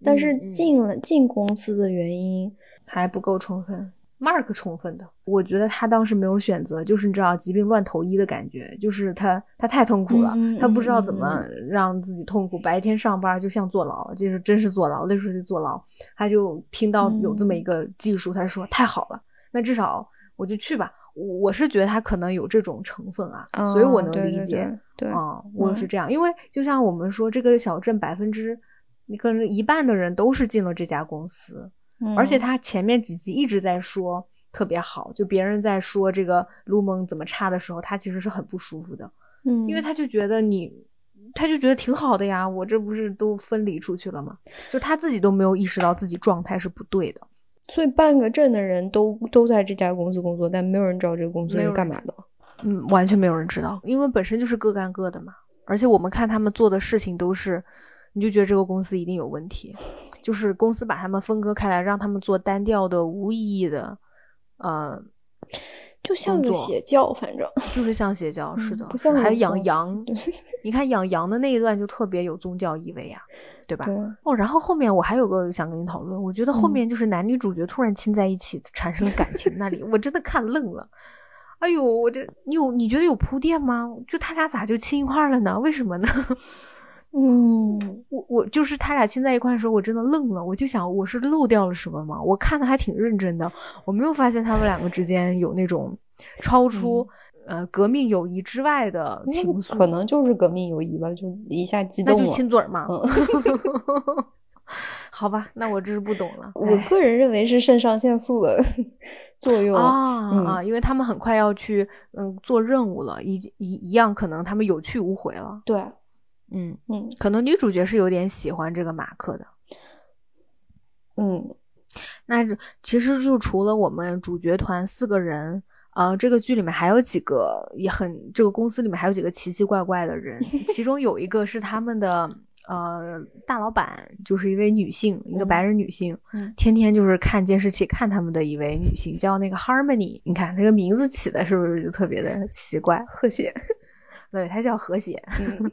B: 但是
A: 嗯嗯
B: 进了、进公司的原因，
A: 还不够充分。Mark 充分的，我觉得他当时没有选择，就是你知道疾病乱投医的感觉，就是他他太痛苦了，
B: 嗯嗯
A: 他不知道
B: 嗯
A: 怎
B: 嗯
A: 么让自己痛苦。白天上班就像坐牢，就是真是坐牢，累睡就坐牢。他就听到有这么
B: 嗯
A: 一个技术，他说太好了，那至少我就去吧。我我是觉得他可能有这种成分啊，所以我
B: 啊
A: 能
B: 对
A: 理
B: 对
A: 解。
B: 对对
A: 啊、我是
B: 嗯
A: 这样，因为就像我们说，这个小镇百分之，你可能一半的人都是进了这家公司，而且
B: 嗯
A: 他前面几集一直在说特别好，就别人在说这个卢蒙怎么差的时候，他其实是很不舒服的，因为
B: 嗯
A: 他就觉得你，他就觉得挺好的呀，我这不是都分离出去了吗？就他自己都没有意识到自己状态是不对的，
B: 所以半个镇的人都都在这家公司工作，但没有人知道这个公司
A: 没
B: 是
A: 有
B: 干
A: 人
B: 嘛的。
A: 嗯，完全没有人知道，因为本身就是各干各的嘛，而且我们看他们做的事情都是，你就觉得这个公司一定有问题，就是公司把他们分割开来，让他们做单调的、无意义的，呃，
B: 就像
A: 工
B: 个
A: 作
B: 邪教，反正
A: 就是像邪教，是
B: 嗯
A: 的，
B: 不
A: 是
B: 像
A: 还有
B: 我们
A: 养
B: 公司
A: 羊
B: 对
A: 你看养羊的那一段就特别有宗教意味呀、对吧？
B: 对，
A: 哦，然后后面我还有个想跟你讨论，我觉得后
B: 嗯
A: 面就是男女主角突然亲在一起，产生了感情，那里我真的看愣了。哎呦，我这你有你觉得有铺垫吗？就他俩咋就亲一块儿了呢？为什么呢？
B: 嗯，
A: 我我就是他俩亲在一块的时候，我真的愣了，我就想我是漏掉了什么吗？我看的还挺认真的，我没有发现他们两个之间有那种超出、呃革命友谊之外的
B: 嗯那
A: 情愫，
B: 可能就是革命友谊吧，就一下激
A: 那
B: 动
A: 就
B: 了。
A: 亲嘴儿嘛。 好吧，那我这是不懂了。
B: 嗯
A: 哎
B: 我
A: 唉
B: 个人认为是肾上腺素的 作用。
A: 啊、
B: 嗯
A: 啊，因为他们很快要去嗯做任务了，一一一样可能他们有去无回了。
B: 对，
A: 嗯，
B: 嗯
A: 可能女主角是有点喜欢这个马克的。
B: 嗯
A: 那这其实就除了我们主角团四个人，呃，这个剧里面还有几个也很，这个公司里面还有几个奇奇怪怪的 人，其中有一个是他们的呃大老板，就是一位女性，一个白人女性，
B: 嗯
A: 天天就是看监视器看他们的一位女性，叫那个 Harmony，你看这个名字起的是不是就特别的奇怪？
B: 和谐。
A: 对，她叫和谐。
B: 嗯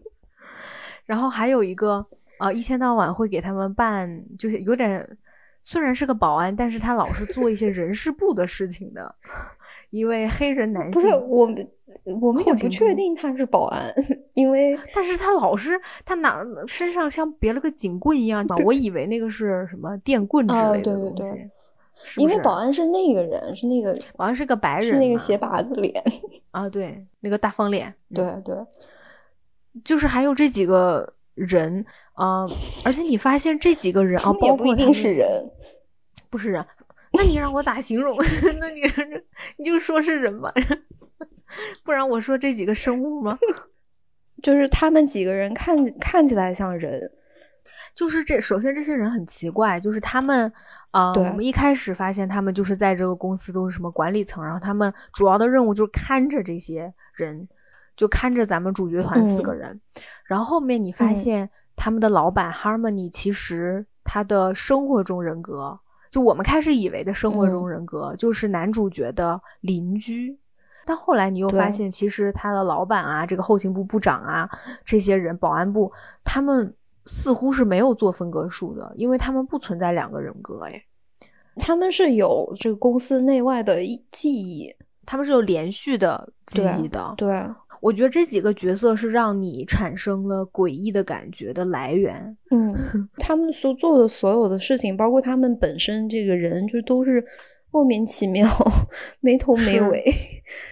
A: 然后还有一个呃，一天到晚会给他们办，就是有点虽然是个保安，但是他老是做一些人事部的事情的 一位黑人男
B: 不
A: 性
B: 是。我们，我们
A: 后
B: 也不
A: 勤
B: 确
A: 部
B: 定他是保安，因为
A: 但是他老是他哪儿身上像别了个警棍一样吧，我以为那个是什么电棍之
B: 啊
A: 类的
B: 对对
A: 东西。
B: 对
A: 是
B: 因
A: 不
B: 为
A: 是
B: 保安是那个人，是那个
A: 保安是个白人
B: 是那个
A: 嘛
B: 斜拔子脸。
A: 啊，对，那个大方脸，嗯
B: 对对，
A: 就是还有这几个人啊、呃而且你发现这几个人啊，
B: 他们也
A: 包括
B: 不一
A: 他
B: 定
A: 们
B: 是人。
A: 不是人，那你让我咋形容？ 那你让这你就说是人吧， 不然我说这几个生物吗？
B: 就是他们几个人看看起来像人，
A: 就是这，首先这些人很奇怪，就是他们，呃，
B: 对
A: 我们一开始发现他们就是在这个公司都是什么管理层，然后他们主要的任务就是看着这些人，就看着咱们主角团四个
B: 嗯
A: 人，然后后面你发
B: 嗯
A: 现他们的老板 Harmony 其实他的生活中人格，就我们开始以为的生活中
B: 嗯
A: 人格，就是男主角的邻居。但后来你又发
B: 对
A: 现，其实他的老板啊，这个后勤部部长啊，这些人，保安部，他们似乎是没有做分隔数的，因为他们不存在两个人格，哎，
B: 他们是有这个公司内外的一记忆。
A: 他们是有连续的记
B: 对
A: 忆的。
B: 对，
A: 我觉得这几个角色是让你产生了诡异的感觉的来源。
B: 嗯， 他们所做的所有的事情，包括他们本身这个人，就都是莫名其妙、 没头没
A: 是
B: 尾。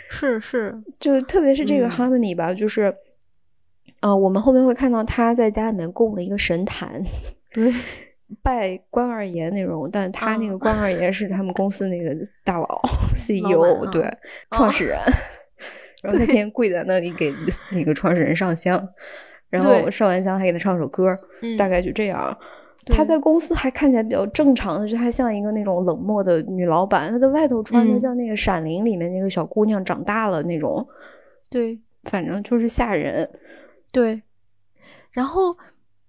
A: 是是，
B: 就特别是这个
A: 嗯
B: Harmony 吧，就是，呃，我们后面会看到他在家里面供了一个神坛，
A: 对，
B: 拜关二爷那种，但他那
A: 啊
B: 个关二爷是他们公司那个 大佬
A: 板
B: CEO，
A: 啊哦
B: 对，创始人。 然后那天跪在那里 给那个创始人上香，然后
A: 对
B: 上完香还给他唱首歌，
A: 嗯
B: 大概就这样。他
A: 对
B: 在公司还看起来比较正常的，就她像一个那种冷漠的女老板。她在外头穿的
A: 嗯
B: 像那个《闪灵》里面那个小姑娘长大了那种，
A: 对
B: 反正就是吓人。
A: 对，然后。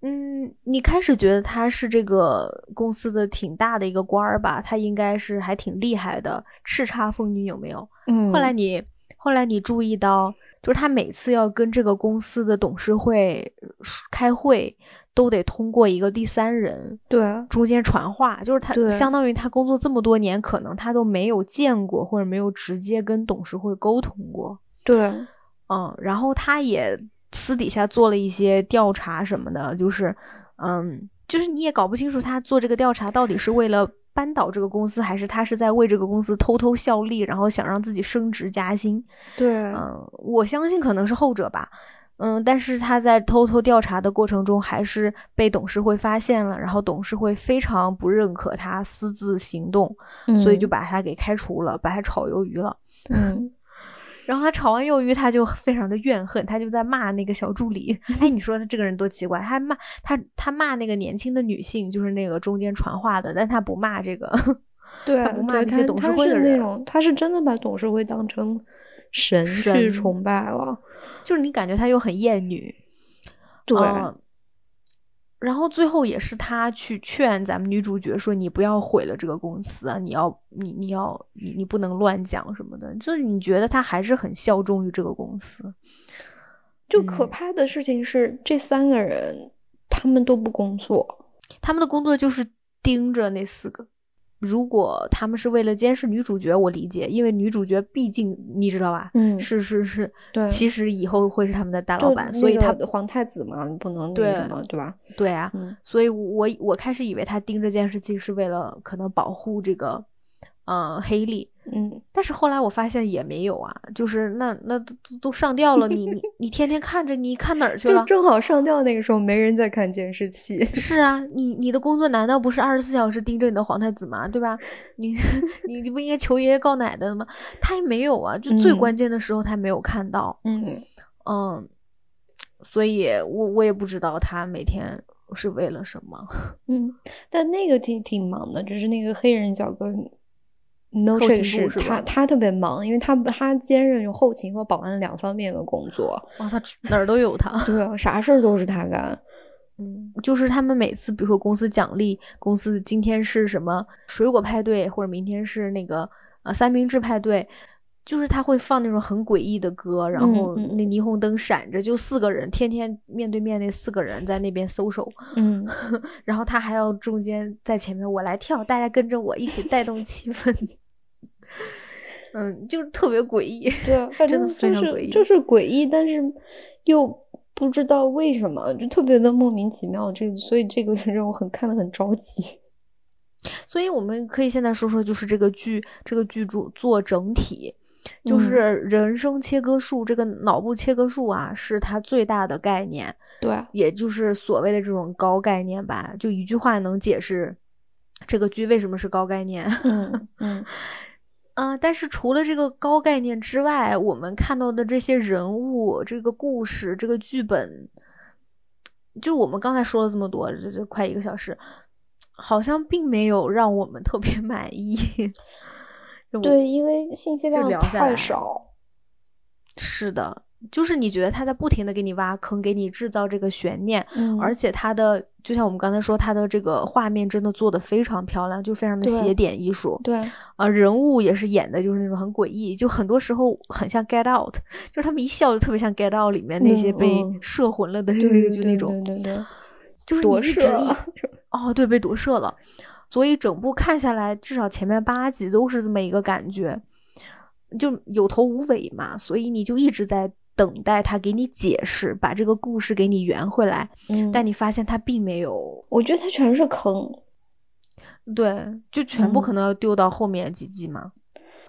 A: 嗯，你开始觉得他是这个公司的挺大的一个官儿吧，他应该是还挺厉害的，叱咤风云有没有？
B: 嗯
A: 后来你后来你注意到，就是他每次要跟这个公司的董事会呃开会，都得通过一个第三人
B: 对啊
A: 中间传话，就是他
B: 对
A: 相当于他工作这么多年，可能他都没有见过或者没有直接跟董事会沟通过。
B: 对，啊
A: 嗯，然后他也私底下做了一些调查什么的，就是，嗯，就是你也搞不清楚他做这个调查到底是为了扳倒这个公司，还是他是在为这个公司偷偷效力，然后想让自己升职加薪。
B: 对，
A: 嗯，我相信可能是后者吧。嗯，但是他在偷偷调查的过程中，还是被董事会发现了，然后董事会非常不认可他私自行动，
B: 啊
A: 所以就把他给开除了，把他炒鱿鱼了。
B: 嗯，
A: 然后他炒完鱿鱼，他就非常的怨恨，他就在骂那个小助理。哎，你说他这个人多奇怪，他还骂他他骂那个年轻的女性，就是那个中间传话的，但他不骂这个。
B: 对，啊
A: 他不骂
B: 对
A: 那
B: 他
A: 些董事
B: 他
A: 会
B: 是
A: 的
B: 那
A: 人
B: 种，他是真的把董事会当成神去
A: 神
B: 崇拜了。
A: 就是你感觉他又很厌女，
B: 对，
A: 嗯然后最后也是他去劝咱们女主角说：“你不要毁了这个公司啊！你要你你要你你不能乱讲什么的。”就是你觉得他还是很效忠于这个公司，
B: 就可
A: 嗯
B: 怕的事情是，这三个人他们都不工作。
A: 他们的工作就是盯着那四个。如果他们是为了监视女主角，我理解，因为女主角毕竟你知道吧，
B: 嗯
A: 是是是，
B: 对
A: 其实以后会是他们的大
B: 就
A: 老板，所以
B: 那
A: 他
B: 个皇太子嘛，你不能那
A: 对
B: 个什么，对吧？
A: 对啊，
B: 嗯
A: 所以我我开始以为他盯着监视器是为了可能保护这个，呃，黑利，
B: 嗯，
A: 但是后来我发现也没有啊，就是那那都都上吊了，你你你天天看着，你看哪儿去
B: 就
A: 了？
B: 正好上吊那个时候没人在看监视器，
A: 是啊，你你的工作难道不是二十四小时盯着你的皇太子吗？对吧？你 你你不应该求爷爷告奶奶的吗？他也没有啊，就最
B: 嗯
A: 关键的时候他没有看到，
B: 嗯，
A: 嗯，所以我我也不知道他每天是为了什么。
B: 嗯，但那个挺挺忙的，就是那个黑人小哥
A: 勤
B: Milkshake
A: 部
B: 是
A: 是吧
B: 他他特别忙，因为他他兼任后勤和保安两方面的 工作，
A: 哇，哦他哪儿都有他。
B: 对啊，啥事儿都是他干。
A: 嗯，就是他们每次，比如说公司奖励，公司今天是什么水果派对，或者明天是那个呃三明治派对，就是他会放那种很诡异的歌，然后
B: 嗯嗯
A: 那霓虹灯闪着，就四个人天天面对面那四个人在那边搜手，
B: 嗯，
A: 然后他还要中间在前面我来跳，大家跟着我一起带动气氛。 嗯，就是特别诡异。
B: 对啊，反
A: 真
B: 正
A: 的非
B: 就
A: 常诡
B: 是
A: 异
B: 就是诡异，但是又不知道为什么，就特别的莫名其妙。这个所以这个 让我很看得很着 急。
A: 所以我们可以现在说说，就是这个剧，这个剧主做整体，就
B: 嗯
A: 是人生切割术，这个脑部切割术啊，是它最大的概念，
B: 对啊，
A: 也就是所谓的这种高概念吧，就一句话能解释这个剧为什么是高概念。
B: 嗯嗯
A: 啊、但是除了这个高概念之外，我们看到的这些人物、这个故事、这个剧本，就我们刚才说了这么多，这这快一个小时，好像并没有让我们特别 满意。就我，
B: 对，因为信息
A: 就
B: 量
A: 聊下
B: 太
A: 来
B: 少。
A: 是的，就是你觉得他在不停的给你挖坑，给你制造这个悬念，
B: 嗯
A: 而且他的就像我们刚才说，他的这个画面真的做的非常漂亮，就非常的
B: 对
A: 写点艺术。
B: 对啊，
A: 啊，人物也是演的就是那种很诡异，就很多时候很像《Get Out》，就是他们一笑就特别像《Get Out》里面那些
B: 嗯
A: 被
B: 嗯
A: 摄魂了的，
B: 对 对
A: 就那
B: 对对
A: 种，
B: 对对，
A: 就是
B: 夺
A: 你一直
B: 舍
A: 一
B: 了
A: 哦，对，被夺舍了。所以整部看下来，至少前面八集都是这么一个感觉，就有头无尾嘛，所以你就一直在等待他给你解释，把这个故事给你圆回来，
B: 嗯，
A: 但你发现他并没有，
B: 我觉得它全是坑。
A: 对，就全部可
B: 嗯
A: 能要丢到后面几季嘛。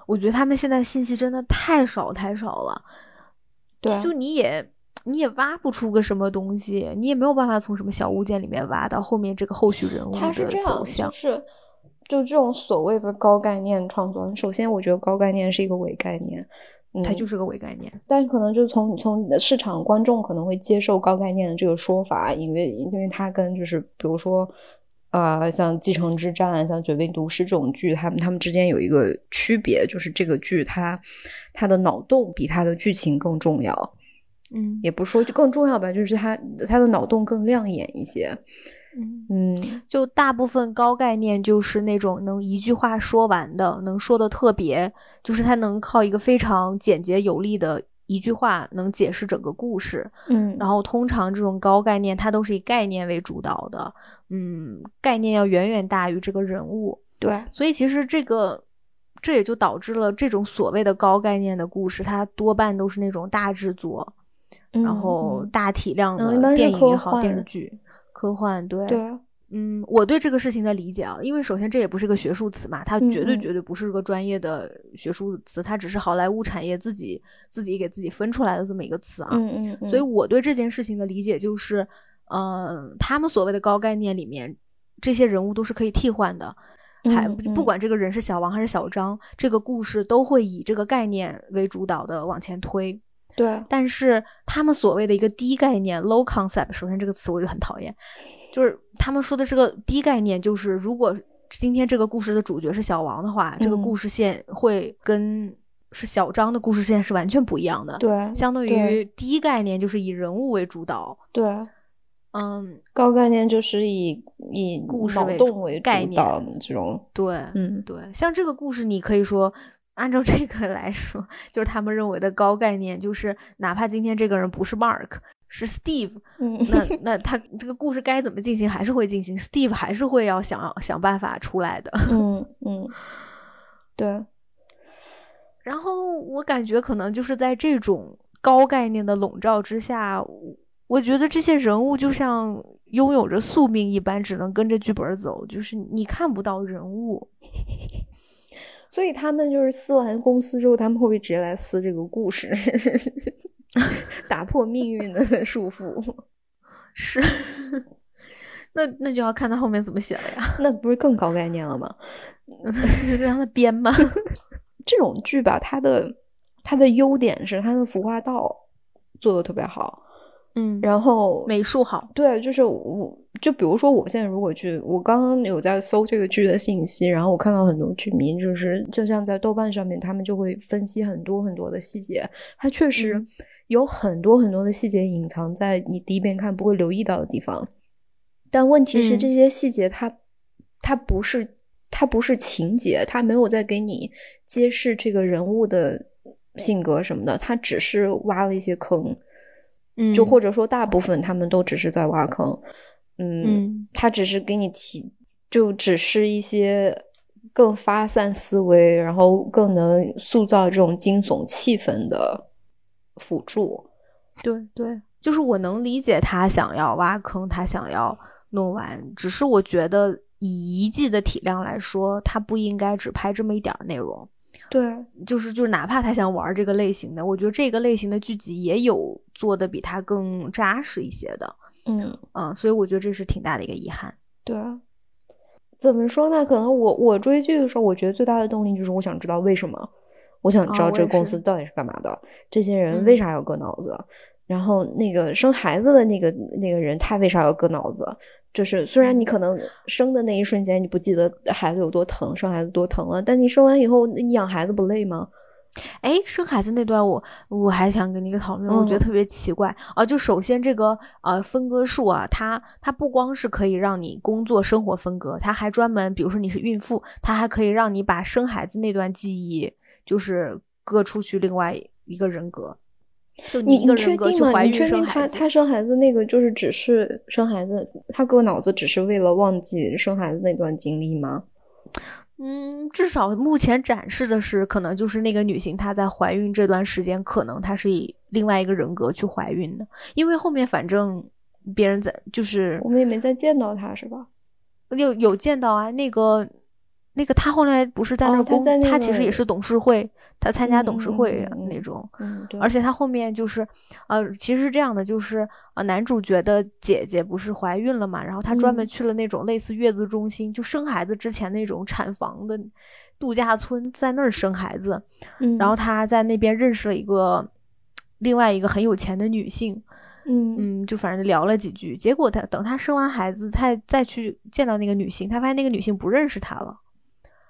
A: 我觉得他们现在信息真的太少太少了，
B: 对啊
A: 就你也你也挖不出个什么东西，你也没有办法从什么小物件里面挖到后面这个后续人物
B: 它是
A: 的
B: 这样，
A: 走
B: 就
A: 向。
B: 是就这种所谓的高概念创作，首先我觉得高概念是一个伪概念，嗯，
A: 它就是个伪概念，
B: 但可能就从从你的市场观众可能会接受高概念的这个说法，因为因为它跟就是比如说。呃，像《继承之战》、像《绝命毒师》这种剧，他们他们之间有一个区别，就是这个剧它它的脑洞比它的剧情更重要。
A: 嗯
B: 也不说就更重要吧，就是他他的脑洞更亮眼一些。
A: 嗯，
B: 嗯，
A: 就大部分高概念就是那种能一句话说完的，能说的特别，就是它能靠一个非常简洁有力的一句话能解释整个故事。
B: 嗯
A: 然后通常这种高概念，它都是以概念为主导的，嗯，概念要远远大于这个人物，
B: 对，
A: 所以其实这个这也就导致了这种所谓的高概念的故事，它多半都是那种大制作，然后
B: 嗯
A: 大体量
B: 嗯一般
A: 的
B: 是
A: 电影
B: 科
A: 也好，电视
B: 幻
A: 剧、科幻，对，
B: 对啊
A: 嗯，我对这个事情的理解啊，因为首先这也不是个学术词嘛，它绝对
B: 嗯嗯
A: 绝对不是个专业的学术词，它只是好莱坞产业自己自己给自己分出来的这么一个词啊，
B: 嗯嗯嗯，
A: 所以我对这件事情的理解就是，嗯，他们所谓的高概念里面，这些人物都是可以替换的，还
B: 嗯
A: 不
B: 嗯
A: 管这个人是小王还是小张，这个故事都会以这个概念为主导的往前推。
B: 对啊
A: 但是他们所谓的一个低概念 （low concept），首先这个词我就很讨厌，就是他们说的这个低概念，就是如果今天这个故事的主角是小王的话，这个
B: 嗯
A: 故事线会跟是小张的故事线是完全不一样的。
B: 对啊
A: 相当
B: 对
A: 于第一概念就是以人物为主导，
B: 对啊，
A: 嗯，
B: 高概念就是以以
A: 故事
B: 脑
A: 为主
B: 洞为
A: 概
B: 主
A: 念
B: 导的这种，
A: 对，
B: 嗯
A: 对，像这个故事，你可以说按照这个来说， 就是他们认为的高概念，就是哪怕今天这个人不是 Mark，是 Steve，
B: 嗯，
A: 那那他这个故事该怎么进行还是会进行，Steve 还是会要想想办法出来的。
B: 嗯嗯，对啊，
A: 然后我感觉可能就是在这种高概念的笼罩之下，我我觉得这些人物就像拥有着宿命一般，只能跟着剧本走，就是你看不到人物。
B: 所以他们就是撕完公司之后，他们会不会直接来撕这个 故事， 打破命运的 束缚？
A: 是， 那那就要看他后面怎么写了呀，
B: 那不是更高概念了吗？
A: 让他编吧。
B: 这种剧吧，它的它的优点是它的服化道做的特别好，
A: 嗯，
B: 然后
A: 美术好，
B: 对，就是我，就比如说我现在如果去，我刚刚有在搜这个剧的信息，然后我看到很多剧迷就是，就像在豆瓣上面，他们就会分析很多很多的细节，它确实
A: 嗯
B: 有很多很多的细节隐藏在你第一遍看不会留意到的地方，但问题是
A: 嗯
B: 这些细节它，它不是它不是情节，它没有在给你揭示这个人物的性格什么的，它只是挖了一些坑。
A: 嗯
B: 就或者说大部分他们都只是在挖坑，嗯，
A: 嗯
B: 他只是给你提，就只是一些更发散思维，然后更能塑造这种惊悚气氛的辅助。
A: 对对，就是我能理解他想要挖坑，他想要弄完，只是我觉得以一季的体量来说，他不应该只拍这么一点儿内容。
B: 对，
A: 就是就是，哪怕他想玩这个类型的，我觉得这个类型的剧集也有做的比他更扎实一些的，
B: 嗯，
A: 嗯，所以我觉得这是挺大的一个遗憾。
B: 对。啊怎么说呢？可能我我追剧的时候，我觉得最大的动力就是我想知道为什么，我想知
A: 啊
B: 道
A: 我
B: 这个
A: 也
B: 公
A: 是
B: 司到底是干嘛的，这些人
A: 嗯
B: 为啥要割脑子，然后那个生孩子的那个那个人他为啥要割脑子？就是虽
A: 嗯
B: 然你可能生的那一瞬间你不记得孩子有多疼，生孩子多疼了，但你生完以后你养孩子不累吗？
A: 哎，生孩子那段我我还想跟你一个讨论，我觉得
B: 嗯
A: 特别奇怪啊。就首先这个呃分割术啊，它它不光是可以让你工作生活分割，它还专门，比如说你是孕妇，它还可以让你把生孩子那段记忆就是割出去另外一个人格，就
B: 你
A: 一个
B: 你确
A: 人格
B: 定
A: 去
B: 吗？
A: 怀
B: 你
A: 孕
B: 确定
A: 生
B: 他
A: 孩子。
B: 他生孩子那个就是只是生孩子，他割脑子只是为了忘记生孩子那段经历吗？
A: 嗯，至少目前展示的是，可能就是那个女性她在怀孕这段时间，可能她是以另外一个人格去怀孕的，因为后面反正别人在就是
B: 我们也没再见到他是吧？
A: 有有见到啊，那个那个他后来不是在那
B: 哦
A: 儿
B: 他
A: 工，
B: 在那
A: 他其实
B: 个
A: 也是董事会，他参加董事会
B: 嗯嗯嗯嗯
A: 那种。
B: 嗯，对
A: 而且他后面就是，呃，其实是这样的，就是呃，男主角的姐姐不是怀孕了嘛，然后他专门
B: 嗯
A: 去了那种类似月子中心，就生孩子之前那种产房的度假村，在那儿生孩子。
B: 嗯，
A: 然后他在那边认识了一个另外一个很有钱的女性，
B: 嗯
A: 嗯，就反正聊了几句。结果他等他生完孩子，他再去见到那个女性，他发现那个女性不认识他了。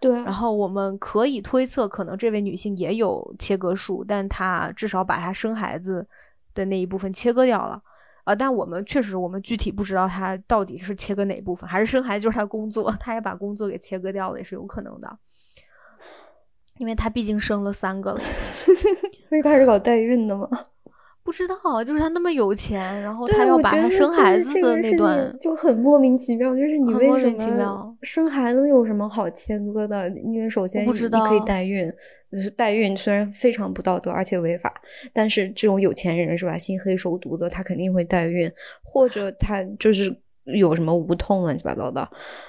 B: 对，
A: 然后我们可以推测，可能这位女性也有切割术，但她至少把她生孩子的那一部分切割掉了。啊，但我们确实，我们具体不知道她到底是切割哪部分，还是生孩子就是她工作， 她也把工作给切割掉了，也是有可能的，因为她毕竟生了三个了。
B: 所以他是搞代孕的吗？
A: 不知道，啊就是她那么有钱，然后
B: 对，
A: 哦她要
B: 我
A: 把
B: 觉
A: 她
B: 得
A: 生
B: 就是
A: 孩子
B: 这
A: 的
B: 个
A: 那
B: 事
A: 段，
B: 情就很莫名其妙，就是你
A: 很
B: 为
A: 莫
B: 什
A: 名其
B: 么
A: 妙
B: 生孩子有什么好切割的？因为首先
A: 不
B: 你
A: 知
B: 你可以
A: 道
B: 代孕，就是代孕虽然非常不道德而且违法，但是这种有钱人是吧，心黑手毒的，他肯定会代孕，或者他就是有什么无痛乱七八糟的。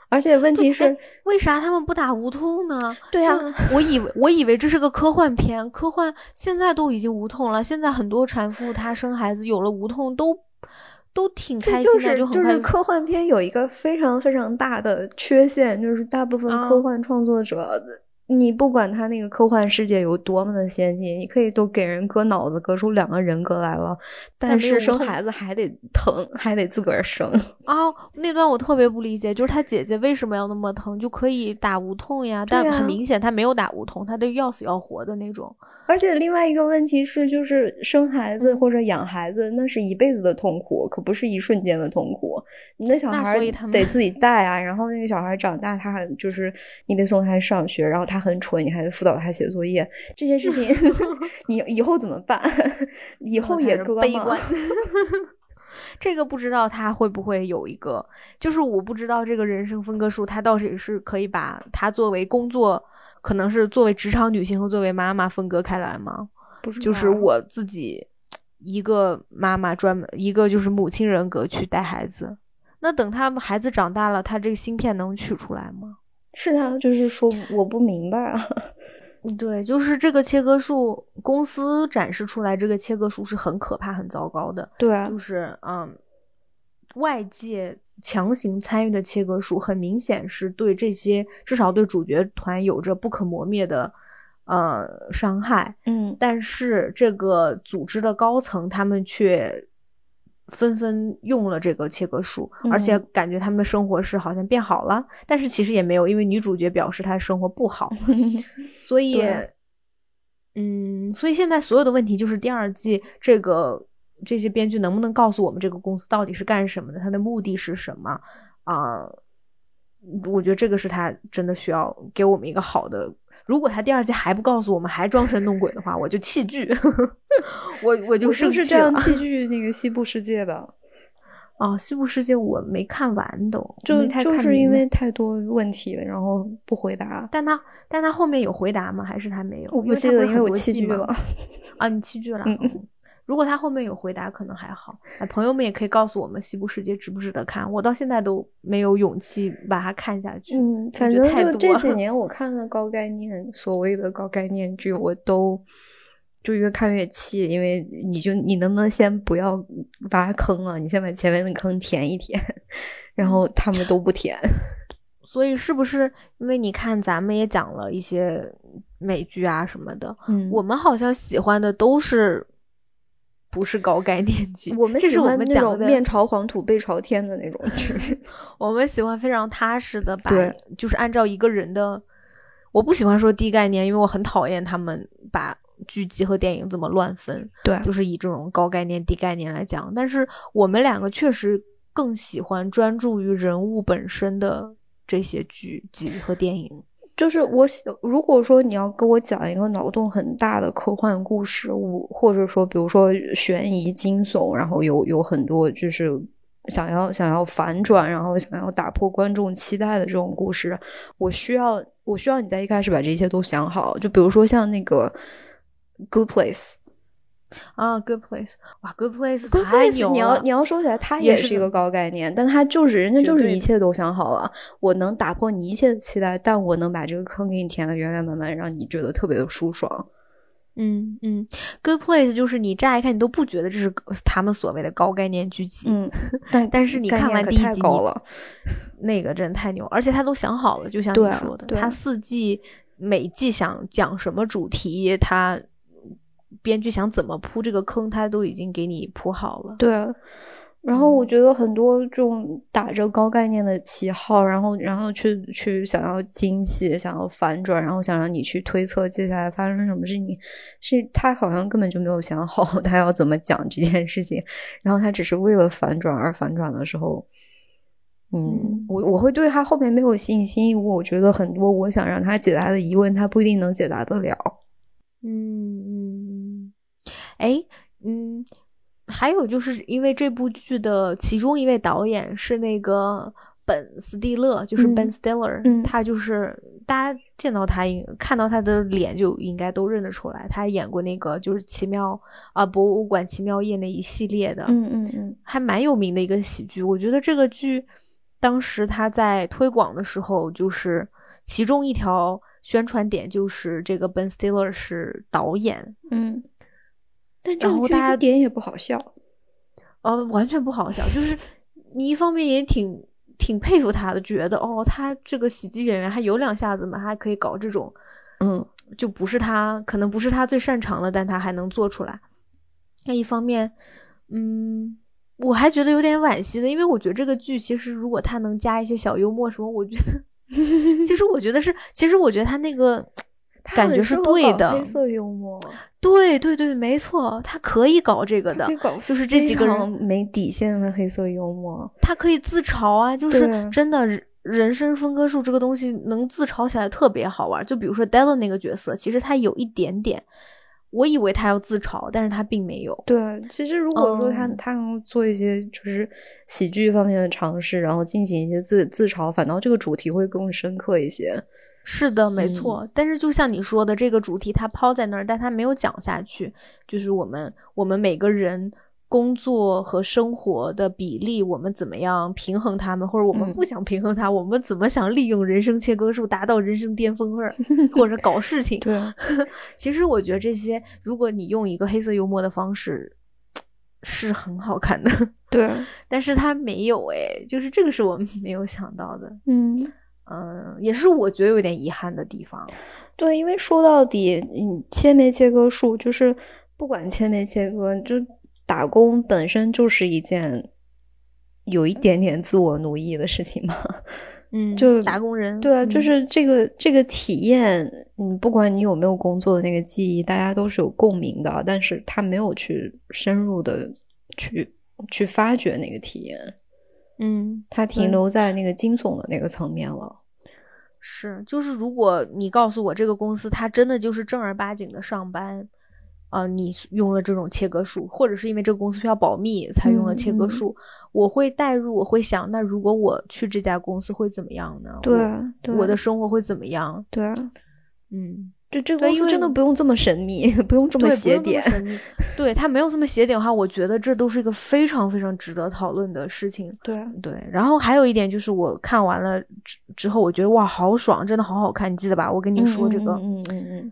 B: 而且问题
A: 对
B: 是
A: 哎，为啥他们不打无痛呢？
B: 对
A: 就
B: 啊
A: 我以为我以为这是个科幻片，科幻现在都已经无痛了，现在很多产妇她生孩子有了无痛都都挺
B: 这
A: 开
B: 就
A: 心的，
B: 是
A: 就
B: 就
A: 很快
B: 是科幻片有一个非常非常大的缺陷，就是大部分科
A: 啊
B: 幻创作者，你不管他那个科幻世界有多么的先进，你可以都给人割脑子，割出两个人格来了，
A: 但
B: 但
A: 没有
B: 是
A: 无
B: 生
A: 痛
B: 孩子还得疼，还得自个儿生。
A: 啊那段我特别不理解，就是她姐姐为什么要那么疼，就可以打无痛呀？
B: 对
A: 但
B: 啊
A: 很明显她没有打无痛，她都要死要活的那种。
B: 而且另外一个问题是，就是生孩子或者养孩子，那是一辈子的痛苦，可不是一瞬间的痛苦。你那小
A: 那所
B: 孩儿
A: 以他们
B: 得自己带啊，然后那个小孩儿长大，他还就是你得送他上学，然后他很蠢，你还得辅导他写作业，这些事 情你以后怎么办？ 以后也割
A: 悲
B: 吗
A: 观？。这个不知道他会不会有一个，就是我不知道这个人生分割术，他倒是是可以把它作为工作，可能是作为职场女性和作为妈妈分割开来吗？
B: 不知
A: 就是
B: 道
A: 我自己一个妈妈专门一个就是母亲人格去带孩子，那等他们孩子长大了，他这个芯片能取出来吗？
B: 是啊，就是说我不明白啊。
A: 对，就是这个切割术，公司展示出来这个切割术是很可怕、很糟糕的。
B: 对啊
A: 就，是嗯，外界强行参与的切割术，很明显是对这些至少对主角团有着不可磨灭的呃伤害，
B: 嗯，
A: 但是这个组织的高层他们却。纷纷用了这个切割术，而且
B: 嗯
A: 感觉他们的生活是好像变好了，但是其实也没有，因为女主角表示她的生活不好，所以
B: 对，
A: 嗯，所以现在所有的问题就是第二季这个这些编剧能不能告诉我们这个公司到底是干什么的，它的目的是什么啊、我觉得这个是他真的需要给我们一个好的。如果他第二季还不告诉我们，还装神弄鬼的话，我就弃剧， 我我就
B: 我是
A: 生
B: 不是
A: 气
B: 这
A: 了
B: 样 弃剧那个西部世界的？
A: 哦，西部世界我没看完都，我
B: 就
A: 没太
B: 就
A: 看
B: 是因
A: 明白
B: 为，太多问题了，然后不回答。
A: 但他但他后面有回答吗？还是他没有？
B: 我不
A: 为
B: 记
A: 它
B: 得，
A: 是
B: 因为
A: 很
B: 我
A: 多
B: 弃
A: 季
B: 剧
A: 吗
B: 了。
A: 啊，你弃剧了。
B: 嗯
A: 嗯如果他后面有回答，可能还好。哎，朋友们也可以告诉我们《西部世界》值不值得看。我到现在都没有勇气把它看下去。
B: 嗯，反
A: 觉得
B: 正
A: 太
B: 就
A: 多
B: 这几
A: 了
B: 年我看的高概念，所谓的高概念剧，我都就越看越气，因为你就你能不能先不要挖坑了，你先把前面的坑填一填，然后他们都不填。
A: 所以是不是因为你看，咱们也讲了一些美剧啊什么的，
B: 嗯
A: 我们好像喜欢的都是不是高概念剧？
B: 我们
A: 这
B: 喜
A: 是我
B: 欢
A: 们
B: 那
A: 讲
B: 种
A: 的
B: 面朝黄土背朝天的那种剧。
A: 我们喜欢非常踏实的把
B: 对，
A: 就是按照一个人的，我不喜欢说低概念，因为我很讨厌他们把剧集和电影这么乱分。
B: 对啊
A: 就是以这种高概念、低概念来讲。但是我们两个确实更喜欢专注于人物本身的这些剧集和电影。
B: 就是我喜，如果说你要给我讲一个脑洞很大的科幻故事，我或者说比如说悬疑惊悚，然后有有很多就是想要想要反转，然后想要打破观众期待的这种故事，我需要我需要你在一开始把这些都想好。就比如说像那个 Good Place。
A: 啊，Good Place，哇，Good Place
B: Good
A: 太
B: Place，
A: 牛
B: 你要
A: 了！
B: 你要说起来，它
A: 也
B: 也
A: 是
B: 是一
A: 的
B: 个高概念，但它就是人家
A: 绝
B: 就是
A: 对
B: 一
A: 的
B: 切都想好了，我能打破你一切的期待，但我能把这个坑给你填的圆圆满满，让你觉得特别的舒爽。
A: 嗯嗯，Good Place 就是你乍一看你都不觉得这是他们所谓的高概念剧集，
B: 嗯，但
A: 但是你
B: 概
A: 看
B: 念
A: 完
B: 可
A: 第一
B: 太
A: 集
B: 高
A: 你
B: 了，
A: 那个真的太牛，而且他都想好了，就像
B: 对
A: 你
B: 啊
A: 说的，
B: 对
A: 他
B: 啊
A: 四季每季想讲什么主题，他编剧想怎么铺这个坑，他都已经给你铺好了。
B: 对。然后我
A: 嗯
B: 觉得很多这种打着高概念的旗号，然后然后去去想要惊喜，想要反转，然后想让你去推测接下来发生什么事情，是他好像根本就没有想好 他要怎么讲这件事情，然后他只是为了反转而反转的时候，嗯
A: 嗯，
B: 我我会对他后面没有信心，因为我觉得很多我想让他解答的疑问，他不一定能解答得了。
A: 嗯嗯，嗯，哎，嗯，还有就是因为这部剧的其中一位导演是那个本·斯蒂勒，就是
B: 嗯
A: Ben Stiller，、
B: 嗯
A: 他就是大家见到他应看到他的脸就应该都认得出来，他演过那个就是奇妙啊博物馆奇妙夜那一系列的，
B: 嗯嗯
A: 还蛮有名的一个喜剧。我觉得这个剧当时他在推广的时候，就是其中一条宣传点就是这个 Ben Stiller 是导演，
B: 嗯，但
A: 然后大家
B: 一点也不好笑。
A: 呃，完全不好笑。就是你一方面也挺挺佩服他的，觉得哦，他这个喜剧演员还有两下子嘛，还可以搞这种
B: 嗯，
A: 就不是他，可能不是他最擅长的，但他还能做出来。那一方面，嗯，我还觉得有点惋惜的，因为我觉得这个剧其实如果他能加一些小幽默什么，我觉得，其实我觉得 是，其实我觉得他那个
B: 他
A: 感
B: 很
A: 觉是
B: 适合
A: 对
B: 搞
A: 的，
B: 黑色幽默
A: 对对对，没错，他可以搞这个的
B: 可以，搞
A: 就是这
B: 非
A: 几个人
B: 常没底线的黑色幽默。
A: 他可以自嘲啊，就是
B: 对
A: 真的人人生分割术这个东西能自嘲起来特别好玩。就比如说 d e l o n 那个角色，其实他有一点点，我以为他要自嘲，但是他并没有。
B: 对，其实如果说他、
A: 嗯
B: 他能做一些就是喜剧方面的尝试，然后进行一些自自嘲，反倒这个主题会更深刻一些。
A: 是的，没错。但是就像你说的，这个主题它抛在那儿，但它没有讲下去。就是我们我们每个人工作和生活的比例，我们怎么样平衡它们，或者我们
B: 嗯
A: 不想平衡它，我们怎么想利用人生切割术达到人生巅峰，或者 或者搞事情。
B: 对，
A: 其实我觉得这些，如果你用一个黑色幽默的方式，是很好看的，
B: 对，
A: 但是它没有哎，就是这个是我们 没有想到的，
B: 嗯，
A: 嗯，也是我觉得有点遗憾的地方。
B: 对，因为说到底，你切没切割术，就是不管切没切割，就打工本身就是一件有一点点自我奴役的事情嘛。
A: 嗯，
B: 就
A: 打工人，
B: 对啊，
A: 嗯
B: 就是这个这个体验，嗯，不管你有没有工作的那个记忆，大家都是有共鸣的，但是他没有去深入的去去发掘那个体验，
A: 嗯。
B: 他
A: 对
B: 停留在那个惊悚的那个层面了。
A: 是，就是如果你告诉我这个公司它真的就是正儿八经的上班，啊、你是用了这种切割术，或者是因为这个公司需要保密才用了切割
B: 嗯嗯
A: 术，我会代入，我会想，那如果我去这家公司会怎么样呢？
B: 对
A: 我，
B: 对
A: 我的生活会怎么样？
B: 对啊，
A: 嗯，
B: 就这个
A: 对
B: 公
A: 因
B: 司真的
A: 为
B: 不用这么神秘， 不用这么
A: 对，
B: 邪
A: 不用
B: 点
A: 这。么神秘 对他没有这么邪点的话，我觉得这都是一个非常非常值得讨论的事情。
B: 对，
A: 对，然后还有一点就是，我看完了之之后，我觉得哇，好爽，真的好好看，你记得吧？我跟你说这个，
B: 嗯嗯嗯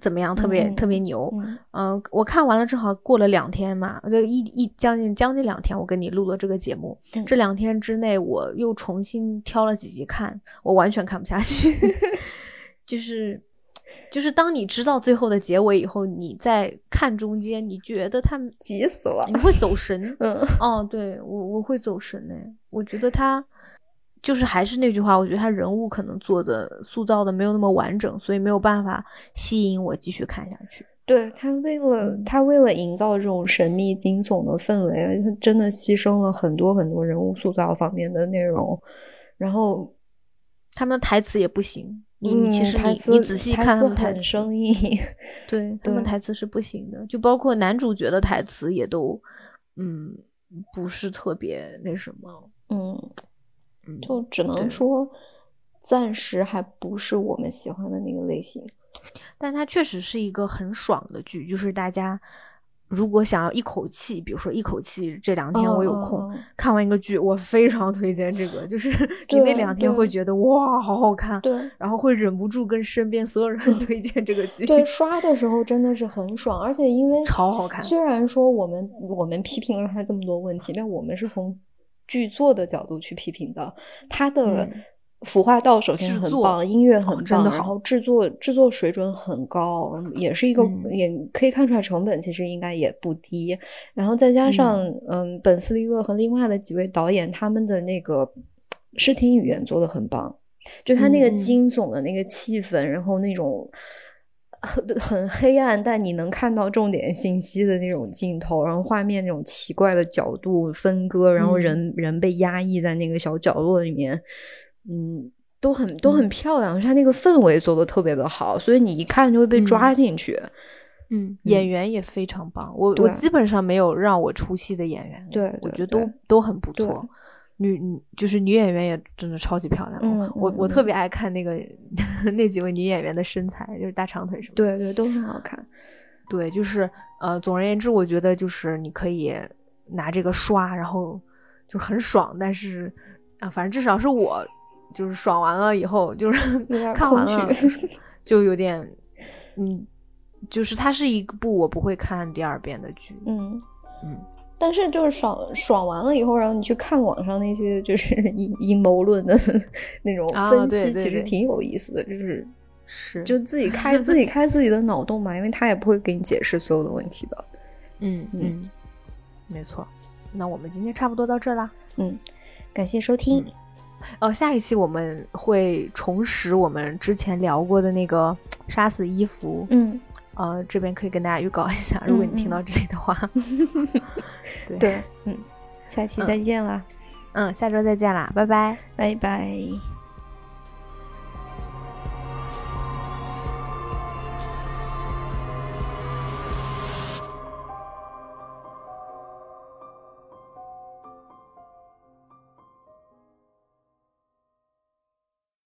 A: 怎么样，特别、
B: 嗯
A: 特别牛。
B: 嗯
A: 嗯、我看完了，正好过了两天嘛，就一一将近将近两天，我跟你录了这个节目。
B: 嗯
A: 这两天之内，我又重新挑了几集看，我完全看不下 去。就是就是，当你知道最后的结尾以后，你再看中间，你觉得他们
B: 急死了。
A: 你会走神
B: 嗯
A: 哦，对我我会走神哎，我觉得他就是还是那句话，我觉得他人物可能做的塑造的没有那么完整，所以没有办法吸引我继续看下去。
B: 对他为了他为了营造这种神秘惊悚的氛围，他真的牺牲了很多很多人物塑造方面的内容。然后
A: 他们的台词也不行，你、
B: 嗯，
A: 你其实
B: 台
A: 你
B: 词
A: 你仔细看他们台
B: 很
A: 词，
B: 生硬。
A: 对他们
B: 对
A: 台词是不行的，就包括男主角的台词也都，嗯，不是特别那什么，
B: 嗯，
A: 嗯，
B: 就只
A: 对
B: 能说暂时还不是我们喜欢的那个类型。
A: 但它确实是一个很爽的剧，就是大家如果想要一口气，比如说一口气这两天我有
B: 嗯嗯
A: 空、
B: 嗯
A: 看完一个剧，我非常推荐这个，就是 你那
B: 对
A: 两天会
B: 对
A: 觉得哇，好好看，
B: 对。
A: 然后会忍不住跟身边所有人 推荐这个剧，
B: 对，刷的时候真的是很爽，而且因为
A: 超好看
B: 虽然说我们我们批评了他这么多问题，但我们是从剧作的角度去批评的，他的
A: 嗯
B: 服化道首先
A: 制
B: 很
A: 作
B: 棒，音乐很
A: 哦
B: 棒，
A: 真的
B: 然
A: 好
B: 后制作制作水准很高，也是一个、
A: 嗯
B: 也可以看出来成本其实应该也不低，然后再加上嗯本斯蒂克和另外的几位导演他们的那个视听语言做的很棒。就他那个
A: 嗯嗯
B: 惊悚的那个气氛，然后那种很很黑暗，但你能看到重点信息的那种镜头，然后画面那种奇怪的角度分割，然后
A: 嗯
B: 人、人被压抑在那个小角落里面，嗯，都很都很
A: 嗯
B: 漂亮。他那个氛围做的特别的好，所以你一看就会被抓进去。
A: 嗯，演员也非常棒，我我
B: 对
A: 基本上没有让我出戏的演员，
B: 对
A: 我
B: 对
A: 觉得都
B: 对
A: 都很不
B: 对
A: 错。女女就是女演员也真的超级漂亮，
B: 嗯
A: 我
B: 嗯
A: 我特
B: 嗯
A: 别爱看那个 那几位女演员的身材，就是大长腿什么的。
B: 对对，都很好看。
A: 对，就是呃，总而言之，我觉得就是你可以拿这个刷，然后就很爽，但是啊，反正至少是我就是爽完了以后，就是
B: 点
A: 看
B: 空
A: 完了
B: 虚
A: 就有点嗯，就是它是一部我不会看第二遍的剧，
B: 嗯
A: 嗯。
B: 但是就是爽爽完了以后，然后你去看网上那些就是 阴阴谋论的 那种
A: 啊
B: 分
A: 对
B: 析，
A: 对
B: 其实
A: 对
B: 挺有意思的，就是
A: 是
B: 就自己开自己开自己的脑洞嘛，因为他也不会给你解释所有的问题的。
A: 嗯嗯，没错。那我们今天差不多到这儿啦。
B: 嗯，感谢收听，
A: 哦，下一期我们会重拾我们之前聊过的那个杀死伊芙。
B: 嗯，
A: 呃，这边可以跟大家预告一下，如果你
B: 嗯
A: 听到这里的 话，对
B: 对，嗯，下期再见啦，
A: 嗯，下周再见啦，拜拜。
B: 拜拜。